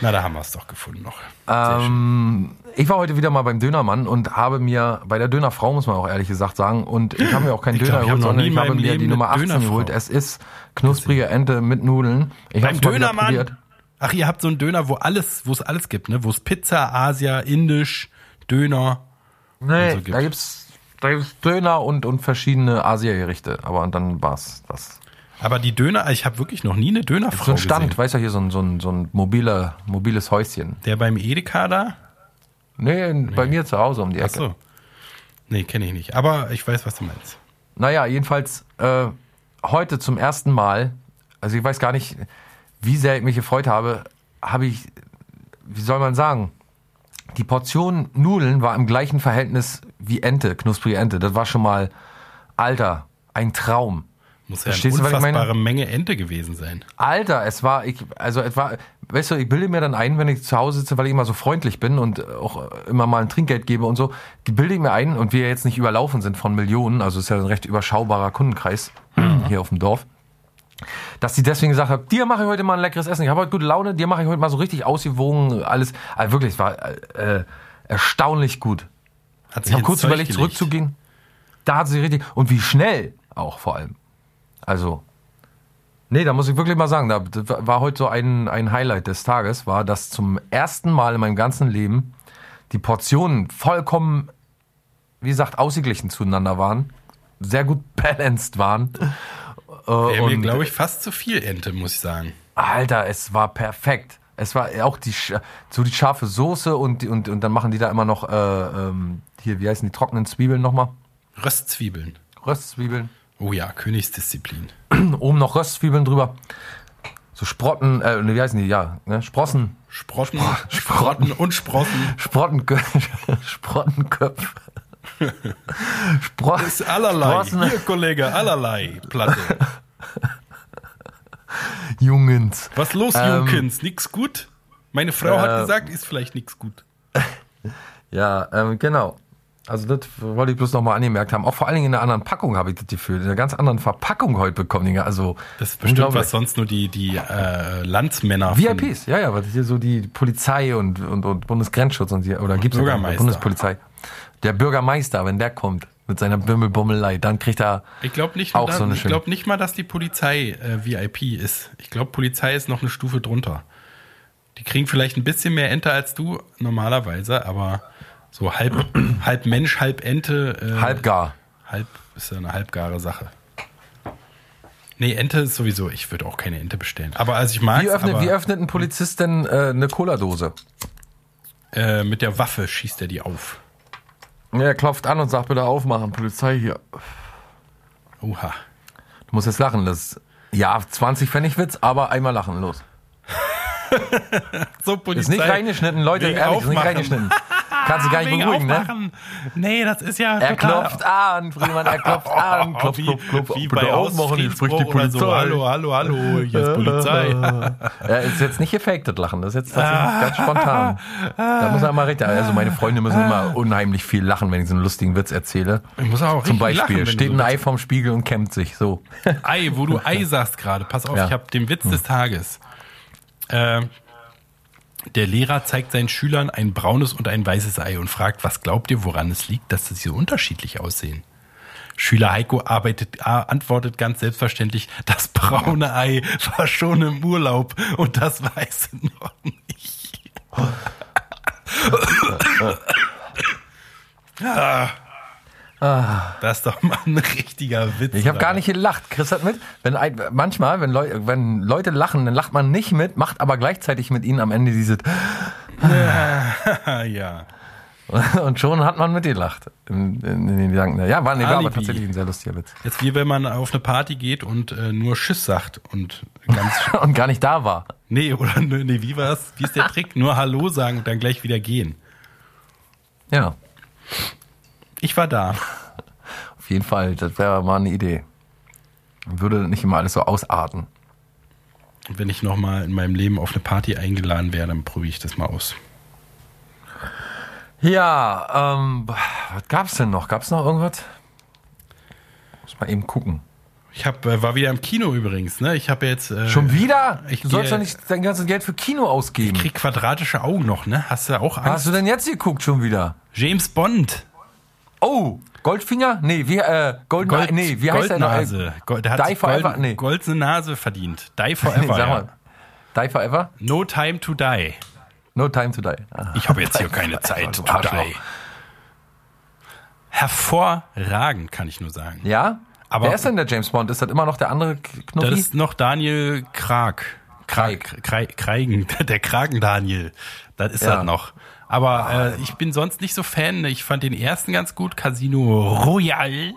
Na, da haben wir es doch gefunden noch.
Ähm, ich war heute wieder mal beim Dönermann und habe mir, bei der Dönerfrau muss man auch ehrlich gesagt sagen, und ich habe mir auch keinen
Ich
Döner
glaub, ich hab
geholt,
noch
sondern
nie
ich
in
habe
meinem
mir die
Leben
Nummer
eine
18
Dönerfrau.
geholt. Es ist knusprige Ente mit Nudeln. Ich
Beim
hab's mal wieder probiert.
Dönermann. Ach, ihr habt so einen Döner, wo alles, wo es alles gibt, ne? Wo es Pizza, Asia, Indisch, Döner.
Nee,
so gibt.
da gibt's, da gibt's Döner und, und verschiedene Asiagerichte. Aber dann war's das.
Aber die Döner, ich habe wirklich noch nie eine
So
Dönerfrau
ein Stand,
gesehen.
weißt du, hier so ein, so ein, so ein mobiler, mobiles Häuschen.
Der beim Edeka da?
Nee, bei mir zu Hause um die
Ach
Ecke.
so. Nee, kenne ich nicht. Aber ich weiß, was du meinst.
Naja, jedenfalls äh, heute zum ersten Mal, also ich weiß gar nicht, wie sehr ich mich gefreut habe, habe ich, wie soll man sagen, die Portion Nudeln war im gleichen Verhältnis wie Ente, knusprige Ente. Das war schon mal, Alter, ein Traum.
Muss ja eine
Verstehst du, was ich
unfassbare
meine?
Menge Ente gewesen sein.
Alter, es war, ich, also es war, weißt du, ich bilde mir dann ein, wenn ich zu Hause sitze, weil ich immer so freundlich bin und auch immer mal ein Trinkgeld gebe und so, die bilde ich mir ein und wir jetzt nicht überlaufen sind von Millionen, also ist ja ein recht überschaubarer Kundenkreis hier auf dem Dorf, dass sie deswegen gesagt hat, dir mache ich heute mal ein leckeres Essen, ich habe heute gute Laune, dir mache ich heute mal so richtig ausgewogen, alles, also wirklich, es war äh, erstaunlich gut.
Hat
Ich habe
ins
kurz
Zeug
überlegt,
gelegt.
zurückzugehen. Da hat sie richtig. Und wie schnell auch vor allem. Also. Nee, da muss ich wirklich mal sagen, da das war heute so ein, ein Highlight des Tages, war, dass zum ersten Mal in meinem ganzen Leben die Portionen vollkommen, wie gesagt, ausgeglichen zueinander waren, sehr gut balanced waren. Äh,
Wäre mir,
und-
glaube ich, fast zu viel Ente, muss ich sagen.
Alter, es war perfekt. Es war auch die Sch- so die scharfe Soße und, die- und, und dann machen die da immer noch äh, ähm, hier, wie heißen die trockenen Zwiebeln nochmal?
Röstzwiebeln.
Röstzwiebeln.
Oh ja, Königsdisziplin.
Oben noch Röstzwiebeln drüber. So Sprotten, äh, nee, wie heißen die? Ja, ne? Sprossen.
Sprotten,
Sprotten.
Sprotten und Sprossen.
Sprottenkö Sprottenköpfe. Spro
Das ist allerlei.
Sprossen-
Hier, Kollege, allerlei Platte.
Jungens.
Was los,
Ähm,
Jukins? Nix gut? Meine Frau
äh,
hat gesagt, ist vielleicht nix gut.
Ja, ähm, genau. Also das wollte ich bloß nochmal angemerkt haben. Auch vor allen Dingen in einer anderen Packung habe ich das Gefühl. In einer ganz anderen Verpackung heute bekommen. Digga. Also,
Das ist bestimmt,
unglaublich.
was sonst nur die, die äh, Landsmänner von-
VIPs, ja, ja, weil hier so die Polizei und, und, und Bundesgrenzschutz und hier, oder gibt's ja gar nicht,
Bürgermeister.
Bundespolizei. Der Bürgermeister, wenn der kommt mit seiner Bimmelbummelei, dann kriegt er
Ich glaube nicht,
auch
da,
so eine
ich
schöne.
glaub nicht mal, dass die Polizei äh, VIP ist. Ich glaube, Polizei ist noch eine Stufe drunter. Die kriegen vielleicht ein bisschen mehr Ente als du normalerweise, aber so halb, halb Mensch, halb Ente. Äh,
halbgar.
Halb ist ja eine halbgare Sache. Nee, Ente ist sowieso, ich würde auch keine Ente bestellen. Aber als ich mag,
Wie öffnet,
aber,
wie öffnet ein Polizist denn äh, eine Cola-Dose?
äh, mit der Waffe schießt er die auf.
Er klopft an und sagt, bitte aufmachen, Polizei hier.
Oha.
Du musst jetzt lachen, das ja, 20 Pfennig Witz, aber einmal lachen, los.
So, Polizei.
Ist nicht reingeschnitten, Leute,
Wegen
ehrlich, ist nicht
aufmachen.
reingeschnitten. Kannst du gar nicht
Wegen
beruhigen, ne?
aufmachen. Nee, das ist ja
Er
total-
klopft an, Friemann, er klopft an, klopf,
wie,
klopf, klopf,
wie
bitte
bei
aufmachen, hier spricht die
Hausfriedensbruch oder
Polizei.
so. Hallo, hallo, hallo, hier ist Polizei.
Ja, ist jetzt nicht gefaked, das Lachen. Das ist jetzt
Ah.
tatsächlich ganz spontan. Da muss er mal recht. Also meine Freunde müssen immer unheimlich viel lachen, wenn ich so einen lustigen Witz erzähle.
Ah. Ich muss auch
Zum
richtig lachen,
Beispiel
wenn du
steht
so
ein Ei vorm Spiegel und kämmt sich. So.
Ei, wo du Ei sagst gerade. Pass auf,
Ja. Hm.
ich habe den Witz des Tages. Äh, der Lehrer zeigt seinen Schülern ein braunes und ein weißes Ei und fragt, was glaubt ihr, woran es liegt, dass sie so unterschiedlich aussehen? Schüler Heiko arbeitet, a- antwortet ganz selbstverständlich, das braune Ei war schon im Urlaub und das weiße noch nicht. ah, das ist doch mal ein richtiger Witz.
Ich habe gar
Alter.
nicht gelacht. Chris hat mit. Wenn ein, manchmal, wenn, Leu wenn Leute lachen, dann lacht man nicht mit, macht aber gleichzeitig mit ihnen am Ende dieses
Ah, ja.
und schon hat man mitgelacht in, in, in den Gedanken. Ja, war, nee, war aber
Alibi.
tatsächlich ein sehr lustiger Witz.
Jetzt wie wenn man auf eine Party geht und äh, nur Schiss sagt und ganz
Und gar nicht da war.
Nee, oder nö, nee, wie war's? Wie ist der Trick? Nur Hallo sagen und dann gleich wieder gehen.
Ja,
Ich war da.
auf jeden Fall. Das wäre mal eine Idee. Dann Würde das nicht immer alles so ausarten.
Und wenn ich nochmal in meinem Leben auf eine Party eingeladen wäre, dann probiere ich das mal aus.
Ja, ähm, was gab's denn noch? Gab's noch irgendwas? Muss mal eben gucken.
Ich hab, äh, war wieder im Kino übrigens, ne? Ich habe jetzt. Äh,
Schon wieder?
ich
du sollst
gehe-
doch nicht dein ganzes Geld für Kino ausgeben.
Krieg quadratische Augen noch, ne? Hast du auch Angst?
Hast du denn jetzt geguckt schon wieder?
James Bond.
Oh, Goldfinger? Nee, wie, äh, Golden, nee, wie heißt der noch? Äh,
Goldnase. Gold, der hat
Die
sich
Forever?
golden,
Nee.
goldene Nase verdient. Die Forever.
nee, sag
Ja.
mal. Die Forever?
No Time to Die.
No time to die. Ah,
Ich habe jetzt hier keine Zeit to
Du Arschloch.
die. Hervorragend, kann ich nur sagen.
Ja?
Aber-
Wer ist denn der James Bond? Ist das immer noch der andere K- Knuffi?
Das ist noch Daniel Krag. Krag. Krei- Kreigen, der Kragen-Daniel. Das ist
Ja. Ah,
das noch. Aber äh, ich bin sonst nicht so Fan. Ich fand den ersten ganz gut, Casino Royal.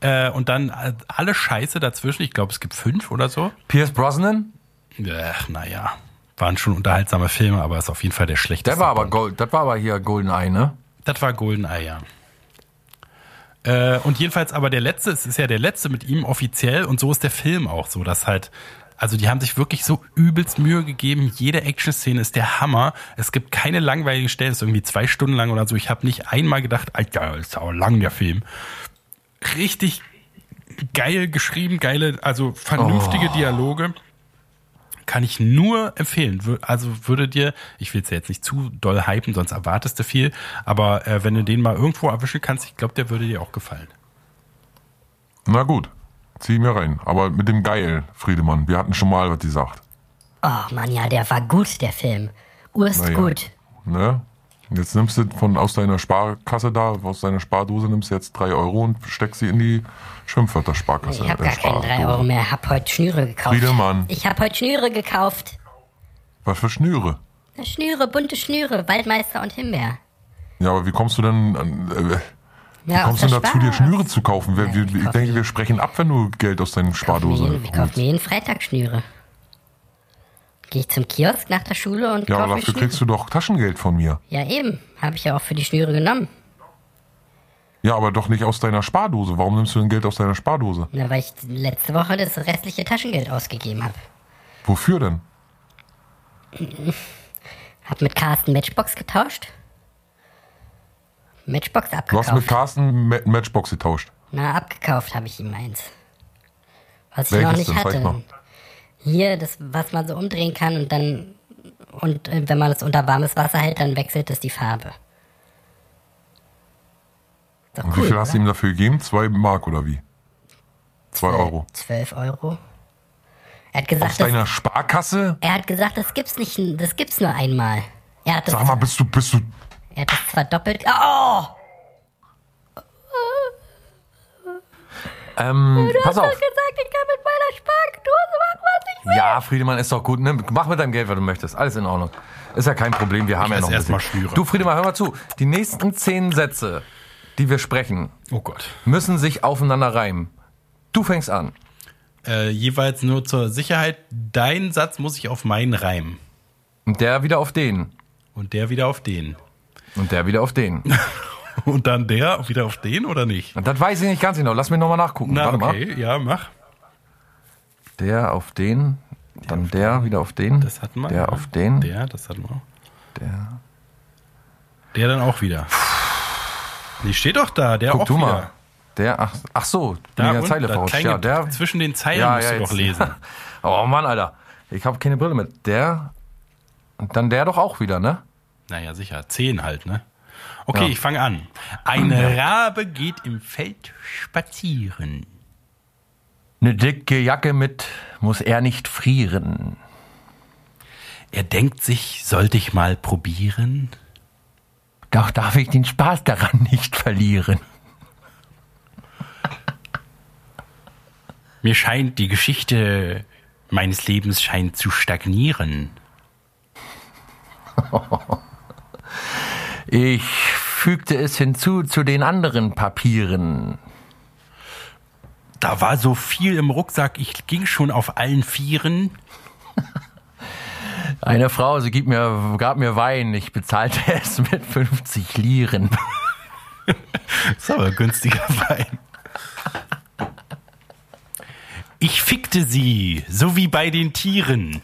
Äh, und dann äh, alle Scheiße dazwischen. Ich glaube, es gibt fünf oder so.
Pierce Brosnan?
Ach, naja. Waren schon unterhaltsame Filme, aber ist auf jeden Fall der schlechteste.
Der war aber Gold, das war aber hier Goldeneye, ne?
Das war GoldenEye, ja. Äh, und jedenfalls aber der letzte, es ist ja der letzte mit ihm offiziell und so ist der Film auch so, dass halt, also die haben sich wirklich so übelst Mühe gegeben, jede Action-Szene ist der Hammer, es gibt keine langweiligen Stellen, es ist irgendwie zwei Stunden lang oder so, ich habe nicht einmal gedacht, Alter, ist auch lang der Film. Richtig geil geschrieben, geile, also vernünftige Dialoge. Kann ich nur empfehlen. Wür- Also würde dir, ich will es ja jetzt nicht zu doll hypen, sonst erwartest du viel, aber äh, wenn du den mal irgendwo erwischen kannst, ich glaube, der würde dir auch gefallen.
Na gut, zieh mir rein. Aber mit dem Geil, Friedemann. Wir hatten schon mal, was die sagt.
Oh Mann, ja, der war gut, der Film. Urst
Na ja.
gut.
Ne? Jetzt nimmst du von aus deiner Sparkasse da, aus deiner Spardose nimmst du jetzt 3 Euro und steckst sie in die Schimpfwörter-Sparkasse.
Ich hab
äh,
gar keinen 3 Euro mehr, hab heute Schnüre gekauft.
Friedemann.
Ich hab heute Schnüre gekauft.
Was für Schnüre?
Na, Schnüre, bunte Schnüre, Waldmeister und Himbeer.
Ja, aber wie kommst du denn, an- äh, wie
Ja,
kommst du
aus
denn
der
dazu, dir
Spar-
Schnüre zu kaufen? Wir, wir,
ich
ich
kauf
denke, wir sprechen ab, wenn du Geld aus deiner Spardose
Nee, Wir kaufen mir jeden Freitag Schnüre. Gehe ich zum Kiosk nach der Schule und
Ja,
kaufe
aber
mir
dafür
Schnüre.
kriegst du doch Taschengeld von mir.
Ja, eben. Habe ich ja auch für die Schnüre genommen.
Ja, aber doch nicht aus deiner Spardose. Warum nimmst du denn Geld aus deiner Spardose?
Na, weil ich letzte Woche das restliche Taschengeld ausgegeben habe.
Wofür denn?
Hab mit Carsten Matchbox getauscht. Matchbox
Du hast mit
abgekauft.
Carsten Ma Matchbox getauscht.
Na, abgekauft habe ich ihm eins. Was ich
Welches
noch nicht
denn? Zeig mal.
hatte. Hier, das, was man so umdrehen kann und dann. Und äh, wenn man es unter warmes Wasser hält, dann wechselt es die Farbe. Ist Doch
Und wie viel hast du ihm dafür gegeben? Zwei Mark oder wie? Zwei Euro.
12 Euro. Er hat gesagt,
Aus
das,
deiner Sparkasse?
er hat gesagt, das gibt's nicht, das gibt's nur einmal. Er hat das,
Sag mal, bist du, bist du.
er hat das zwar doppelt. Oh!
Ähm, pass auf.
gesagt, ich kann mit meiner Sparkdose machen, was ich
Ja, Friedemann ist doch gut. Ne? Mach mit deinem Geld, was du möchtest. Alles in Ordnung. Ist ja kein Problem. Wir haben ja
esse
noch ein
erst mal
bisschen.
Schnüre.
Du, Friedemann, hör mal zu. Die nächsten zehn Sätze, die wir sprechen,
Oh Gott.
müssen sich aufeinander reimen. Du fängst an.
Äh, jeweils nur zur Sicherheit, dein Satz muss ich auf meinen reimen.
Und der wieder auf den.
Und der wieder auf den.
Und der wieder auf den.
Und dann der wieder auf den oder nicht?
Und das weiß ich nicht ganz genau. Lass mich nochmal nachgucken.
Na,
Warte mal.
okay, ja, mach.
Der auf den. Dann der wieder auf den.
Das hatten wir.
Der
ja.
auf den.
Der, das hatten wir auch.
Der.
Der dann auch wieder. Nee, steht doch da, der
Guck
auch
du
wieder.
mal. Der, ach, ach so, bin in der
und
Zeile
das
verrutscht.
kleine
Ja, der,
zwischen den Zeilen musst du
jetzt.
doch lesen.
oh Mann, Alter. Ich habe keine Brille mit. Der. Und dann der doch auch wieder, ne?
Naja, sicher. Zehn halt, ne? Okay,
Ja.
ich fange an. Ein Rabe geht im Feld spazieren.
Eine dicke Jacke mit, muss er nicht frieren.
Er denkt sich, sollte ich mal probieren?
Doch darf ich den Spaß daran nicht verlieren.
Mir scheint, die Geschichte meines Lebens scheint zu stagnieren.
Ich fügte es hinzu zu den anderen Papieren.
Da war so viel im Rucksack, ich ging schon auf allen Vieren.
Eine Frau, sie gibt mir, gab mir Wein, ich bezahlte es mit 50 Lieren.
Ist aber günstiger Wein. Ich fickte sie, so wie bei den Tieren.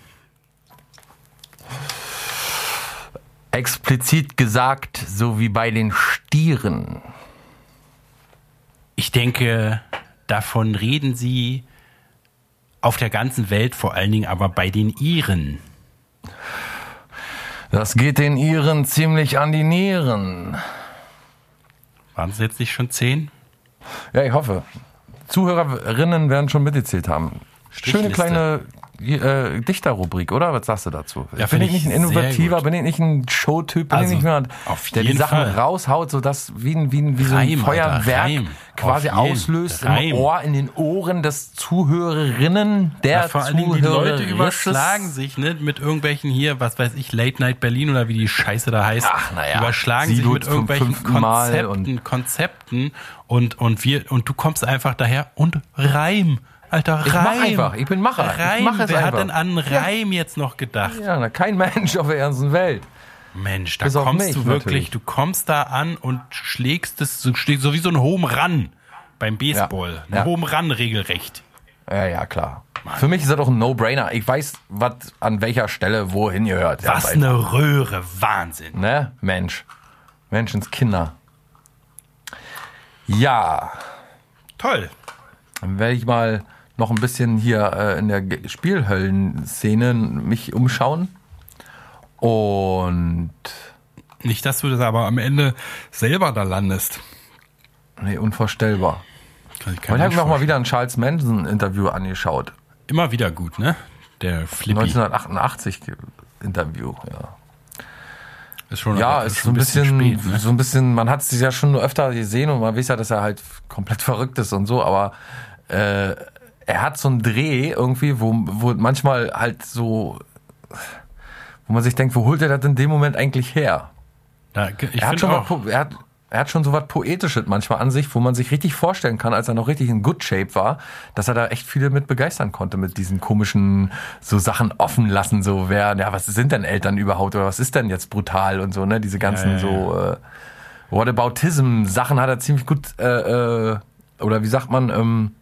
Explizit gesagt, so wie bei den Stieren.
Ich denke, davon reden sie auf der ganzen Welt, vor allen Dingen aber bei den Iren.
Das geht den Iren ziemlich an die Nieren.
Waren es jetzt nicht schon zehn?
Ja, ich hoffe. Zuhörerinnen werden schon mitgezählt haben. Schöne kleine
Strichliste.
äh, Dichterrubrik, oder? Was sagst du dazu?
Ja,
bin
finde
ich nicht ein
ich sehr
innovativer,
gut.
bin ich nicht ein Showtyp, bin
Also,
ich nicht jemand,
auf
der die
jeden
Sachen
Fall.
raushaut, sodass wie, ein- wie, ein- wie so ein
Reim, Alter,
Feuerwerk
Reim.
quasi
Auf jeden.
auslöst
Reim.
im Ohr, in den Ohren des Zuhörerinnen, der
vor allen Dingen die Leute
Zuhörerisses.
überschlagen sich ne, mit irgendwelchen hier, was weiß ich, Late Night Berlin oder wie die Scheiße da heißt.
Ach, na ja.
Überschlagen sich
Sido
mit
zum
irgendwelchen
fünften Mal
Konzepten,
und-
Konzepten und, und wir, und du kommst einfach daher und Reim. Alter, Reim.
mach einfach, ich bin Macher, ich
Reim.
mach es
Wer
einfach.
hat denn an Reim jetzt noch gedacht?
Ja, na, kein Mensch auf der ganzen Welt.
Mensch, da
Bis auf
kommst
mich
du wirklich,
natürlich.
du kommst da an und schlägst es, du schlägst so wie so ein Home Run beim Baseball.
Ja.
Ein Home Run regelrecht.
Ja, ja, klar. Für mich ist das auch ein No-Brainer. Ich weiß, was an welcher Stelle wohin gehört. Ja,
Was
bei-
eine Röhre, Wahnsinn.
Ne? Mensch. Menschenskinder. Ja,
Toll.
dann werde ich mal noch ein bisschen hier äh, in der Ge- Spielhöllenszene mich umschauen. Und.
Nicht, dass du das aber am Ende selber da landest.
Nee, unvorstellbar.
Kann ich
Heute habe ich mir auch mal wieder ein Charles Manson-Interview angeschaut.
Immer wieder gut, ne? Der Flippy
1988-Interview, ja.
ist schon
Ja,
aber
ist so
schon
ein bisschen,
spät, ne?
so ein bisschen, man hat es ja schon nur öfter gesehen und man weiß ja, dass er halt komplett verrückt ist und so, aber äh, er hat so einen Dreh irgendwie, wo, wo manchmal halt so, wo man sich denkt, wo holt er das in dem Moment eigentlich her?
Da, ich
Er hat,
find
schon was,
auch,
po- er, hat, er hat schon so was Poetisches manchmal an sich, wo man sich richtig vorstellen kann, als er noch richtig in Good Shape war, dass er da echt viele mit begeistern konnte, mit diesen komischen so Sachen offen lassen, so wer, ja, was sind denn Eltern überhaupt oder was ist denn jetzt brutal und so, ne? Diese ganzen
Ja, ja, ja.
so äh, Whataboutism-Sachen hat er ziemlich gut, äh, äh, oder wie sagt man, ähm,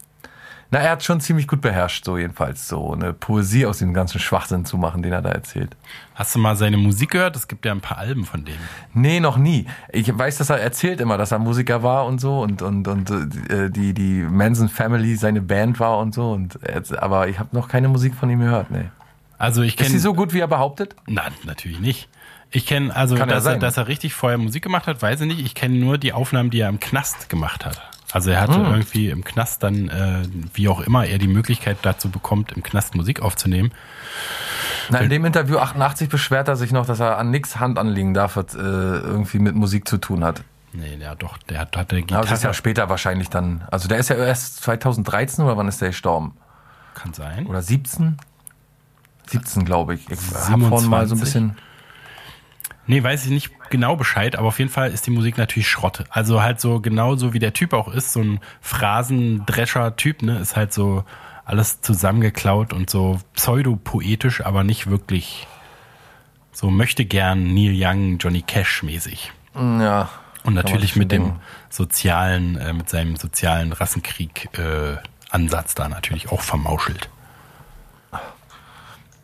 na, er hat schon ziemlich gut beherrscht, so jedenfalls, so eine Poesie aus dem ganzen Schwachsinn zu machen, den er da erzählt.
hast du mal seine Musik gehört? Es gibt ja ein paar Alben von dem.
Nee, noch nie. Ich weiß, dass er erzählt immer, dass er Musiker war und so und und und äh, die die Manson Family seine Band war und so und jetzt, aber ich habe noch keine Musik von ihm gehört, nee.
Also ich
Ist
kenne
sie so gut, wie er behauptet?
Na, natürlich nicht. Ich kenne, also,
Kann ja
dass, er,
sein.
dass er richtig vorher Musik gemacht hat, weiß ich nicht. Ich kenne nur die Aufnahmen, die er im Knast gemacht hat. Also er hatte
Hm.
irgendwie im Knast dann, äh, wie auch immer, er die Möglichkeit dazu bekommt, im Knast Musik aufzunehmen.
Na, in dem Interview 88 beschwert er sich noch, dass er an nichts Hand anlegen darf, was äh, irgendwie mit Musik zu tun hat.
Nee, der hat doch, der hat, hat der
Aber
Gitarre,
das ist ja später wahrscheinlich dann. Also der ist ja erst 2013 oder wann ist der gestorben?
kann sein.
Oder 17? 17, glaube ich. Ich habe vorhin mal so ein
27.
bisschen.
Nee, weiß ich nicht genau Bescheid, aber auf jeden Fall ist die Musik natürlich Schrotte. Also halt so genauso wie der Typ auch ist, so ein Phrasendrescher-Typ, ne, ist halt so alles zusammengeklaut und so pseudopoetisch, aber nicht wirklich so möchte gern Neil Young, Johnny Cash mäßig.
hm, Ja.
Und
man
natürlich
schon
mit dem
denken.
sozialen, äh, mit seinem sozialen Rassenkrieg-Ansatz da natürlich auch vermauschelt.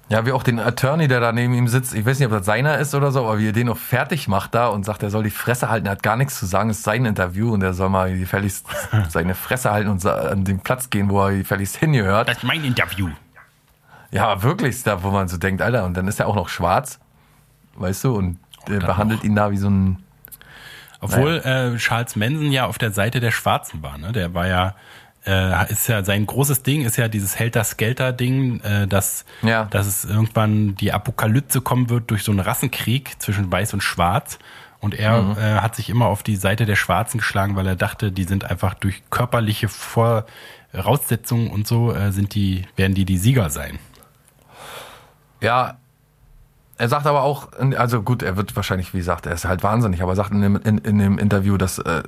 Ja, wie auch den Attorney, der da neben ihm sitzt. Ich weiß nicht, ob das seiner ist oder so, aber wie er den noch fertig macht da und sagt, er soll die Fresse halten, er hat gar nichts zu sagen, ist sein Interview und er soll mal gefälligst seine Fresse halten und sa- an den Platz gehen, wo er gefälligst hingehört.
Das ist mein Interview.
Ja, aber wirklich, da wo man so denkt, Alter, und dann ist er auch noch schwarz, weißt du, und äh,
dann
behandelt ihn da wie so ein
Obwohl äh, Charles Manson ja auf der Seite der Schwarzen war. Ne? Der war ja, äh, ist ja sein großes Ding ist ja dieses Helter-Skelter-Ding, äh, dass,
Ja.
dass es irgendwann die Apokalypse kommen wird durch so einen Rassenkrieg zwischen Weiß und Schwarz. Und er äh, hat sich immer auf die Seite der Schwarzen geschlagen, weil er dachte, die sind einfach durch körperliche Voraussetzungen und so äh, sind die, werden die die Sieger sein.
Ja, er sagt aber auch, also gut, er wird wahrscheinlich, wie gesagt, er ist halt wahnsinnig, aber er sagt in dem, in, in dem Interview, dass äh,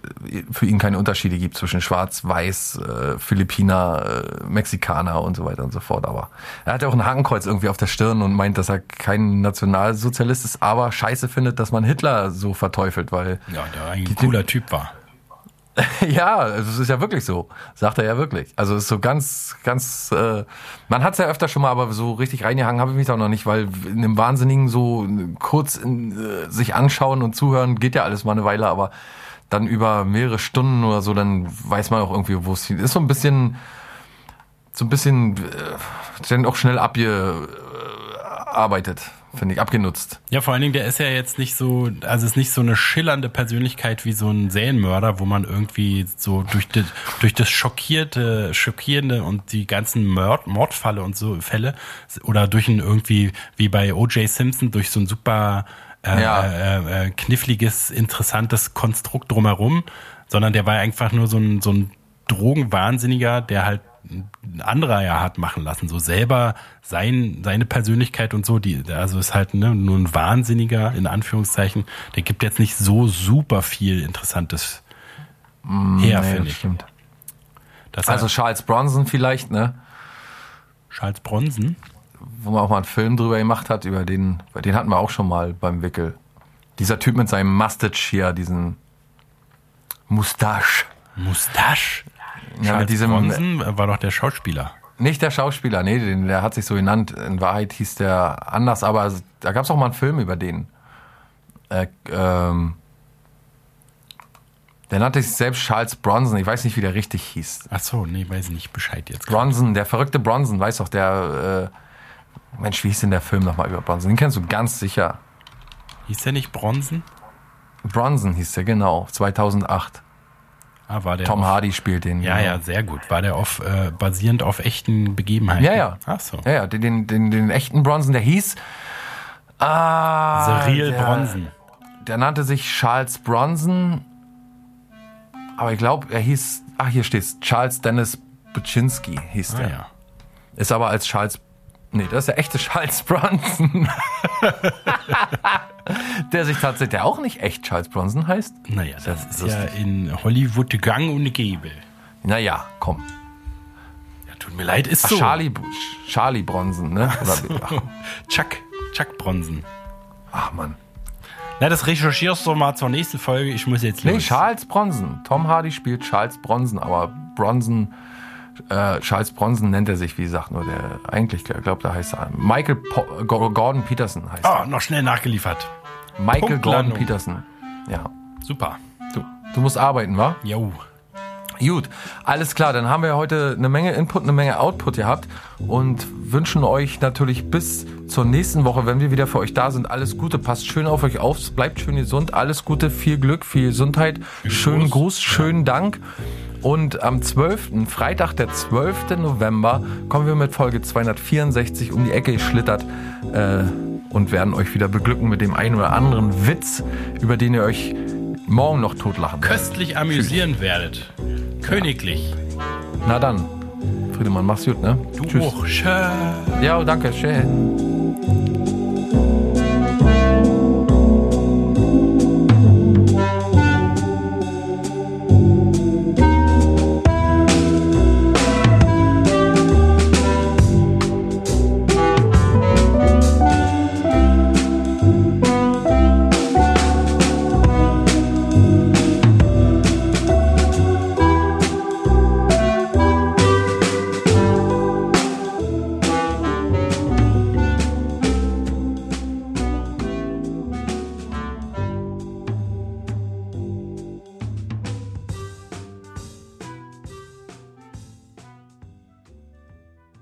für ihn keine Unterschiede gibt zwischen Schwarz, Weiß, äh, Philippiner, äh, Mexikaner und so weiter und so fort. Aber er hat ja auch ein Hakenkreuz irgendwie auf der Stirn und meint, dass er kein Nationalsozialist ist, aber scheiße findet, dass man Hitler so verteufelt, weil
Ja, der eigentlich ein cooler Typ war.
ja, also es ist ja wirklich so, sagt er ja wirklich. Also es ist so ganz, ganz, äh, man hat's ja öfter schon mal, aber so richtig reingehangen habe ich mich da auch noch nicht, weil in dem Wahnsinnigen so kurz in, äh, sich anschauen und zuhören geht ja alles mal eine Weile, aber dann über mehrere Stunden oder so, dann weiß man auch irgendwie, wo es hin ist. So ein bisschen, so ein bisschen, äh, dann auch schnell abgearbeitet, finde ich, abgenutzt.
Ja, vor allen Dingen, der ist ja jetzt nicht so, also ist nicht so eine schillernde Persönlichkeit wie so ein Serienmörder, wo man irgendwie so durch das, durch das schockierte, schockierende und die ganzen Mord, Mordfalle und so Fälle oder durch ein irgendwie wie bei O.J. Simpson durch so ein super äh,
Ja.
äh, äh, kniffliges, interessantes Konstrukt drumherum, sondern der war einfach nur so ein, so ein Drogenwahnsinniger, der halt ein anderer ja hat machen lassen, so selber sein, seine Persönlichkeit und so, die, also ist halt ne, nur ein Wahnsinniger, in Anführungszeichen, der gibt jetzt nicht so super viel Interessantes her,
Mm, Nee,
finde
das
ich.
stimmt.
Das
Also
also
Charles Bronson vielleicht, ne?
Charles Bronson,
wo man auch mal einen Film drüber gemacht hat, über den, über den hatten wir auch schon mal beim Wickel. Dieser Typ mit seinem Mustache hier, diesen Mustache.
Mustache.
Ja, mit diesem,
Bronson war doch der Schauspieler.
nicht der Schauspieler, nee, den, der hat sich so genannt. In Wahrheit hieß der anders, aber es- da gab es auch mal einen Film über den. Äh, ähm, der nannte sich selbst Charles Bronson, ich weiß nicht, wie der richtig hieß.
Ach so, nee, weiß ich nicht Bescheid jetzt.
Bronson, der verrückte Bronson, weiß doch, der. Äh, Mensch, wie hieß denn der Film nochmal über Bronson? Den kennst du ganz sicher.
Hieß der nicht Bronson?
Bronson hieß der, genau. 2008.
Ah, war der
Tom
auf,
Hardy spielt den.
Ja, ja, sehr gut. War der auf äh, basierend auf echten Begebenheiten?
Ja, ja.
Ach so.
Ja, ja, den, den, den, den echten Bronson, der hieß. Ah,
Serial
der,
Bronson.
Der nannte sich Charles Bronson. Aber ich glaube, er hieß. Ach, hier steht's. Charles Dennis Buczynski hieß
Ah,
der.
ja.
Ist aber als Charles. Nee, das ist der echte Charles Bronson. der sich tatsächlich. Der auch nicht echt Charles Bronson heißt.
Naja, das ist ja
lustig.
in Hollywood gang und gäbe.
Naja, komm.
Ja, tut mir leid, ist
Ach,
so.
Charlie, Charlie Bronson, ne? Oder, ach,
Chuck, Chuck Bronson.
ach, Mann.
Na, das recherchierst du mal zur nächsten Folge. Ich muss jetzt
Nee,
los.
Charles Bronson. Tom Hardy spielt Charles Bronson, aber Bronson, äh, Charles Bronson nennt er sich, wie gesagt, nur der eigentlich, ich glaube, da heißt er. Michael po Go- Gordon Peterson heißt er.
Ah, noch schnell nachgeliefert.
Michael Gordon
Punktlandung.
Peterson. Ja.
Super.
Du, du musst arbeiten, wa?
Jo.
Gut, alles klar, dann haben wir heute eine Menge Input, eine Menge Output gehabt und wünschen euch natürlich bis zur nächsten Woche, wenn wir wieder für euch da sind, alles Gute, passt schön auf euch auf, bleibt schön gesund, alles Gute, viel Glück, viel Gesundheit, schönen Gruß, schönen Dank. Und am 12., Freitag, der 12. November, kommen wir mit Folge 264 um die Ecke geschlittert äh, und werden euch wieder beglücken mit dem einen oder anderen Witz, über den ihr euch morgen noch totlachen werdet.
Köstlich amüsieren werdet. Königlich.
Na dann, Friedemann, mach's gut, ne?
Du auch. Tschö.
Ja, danke, schön.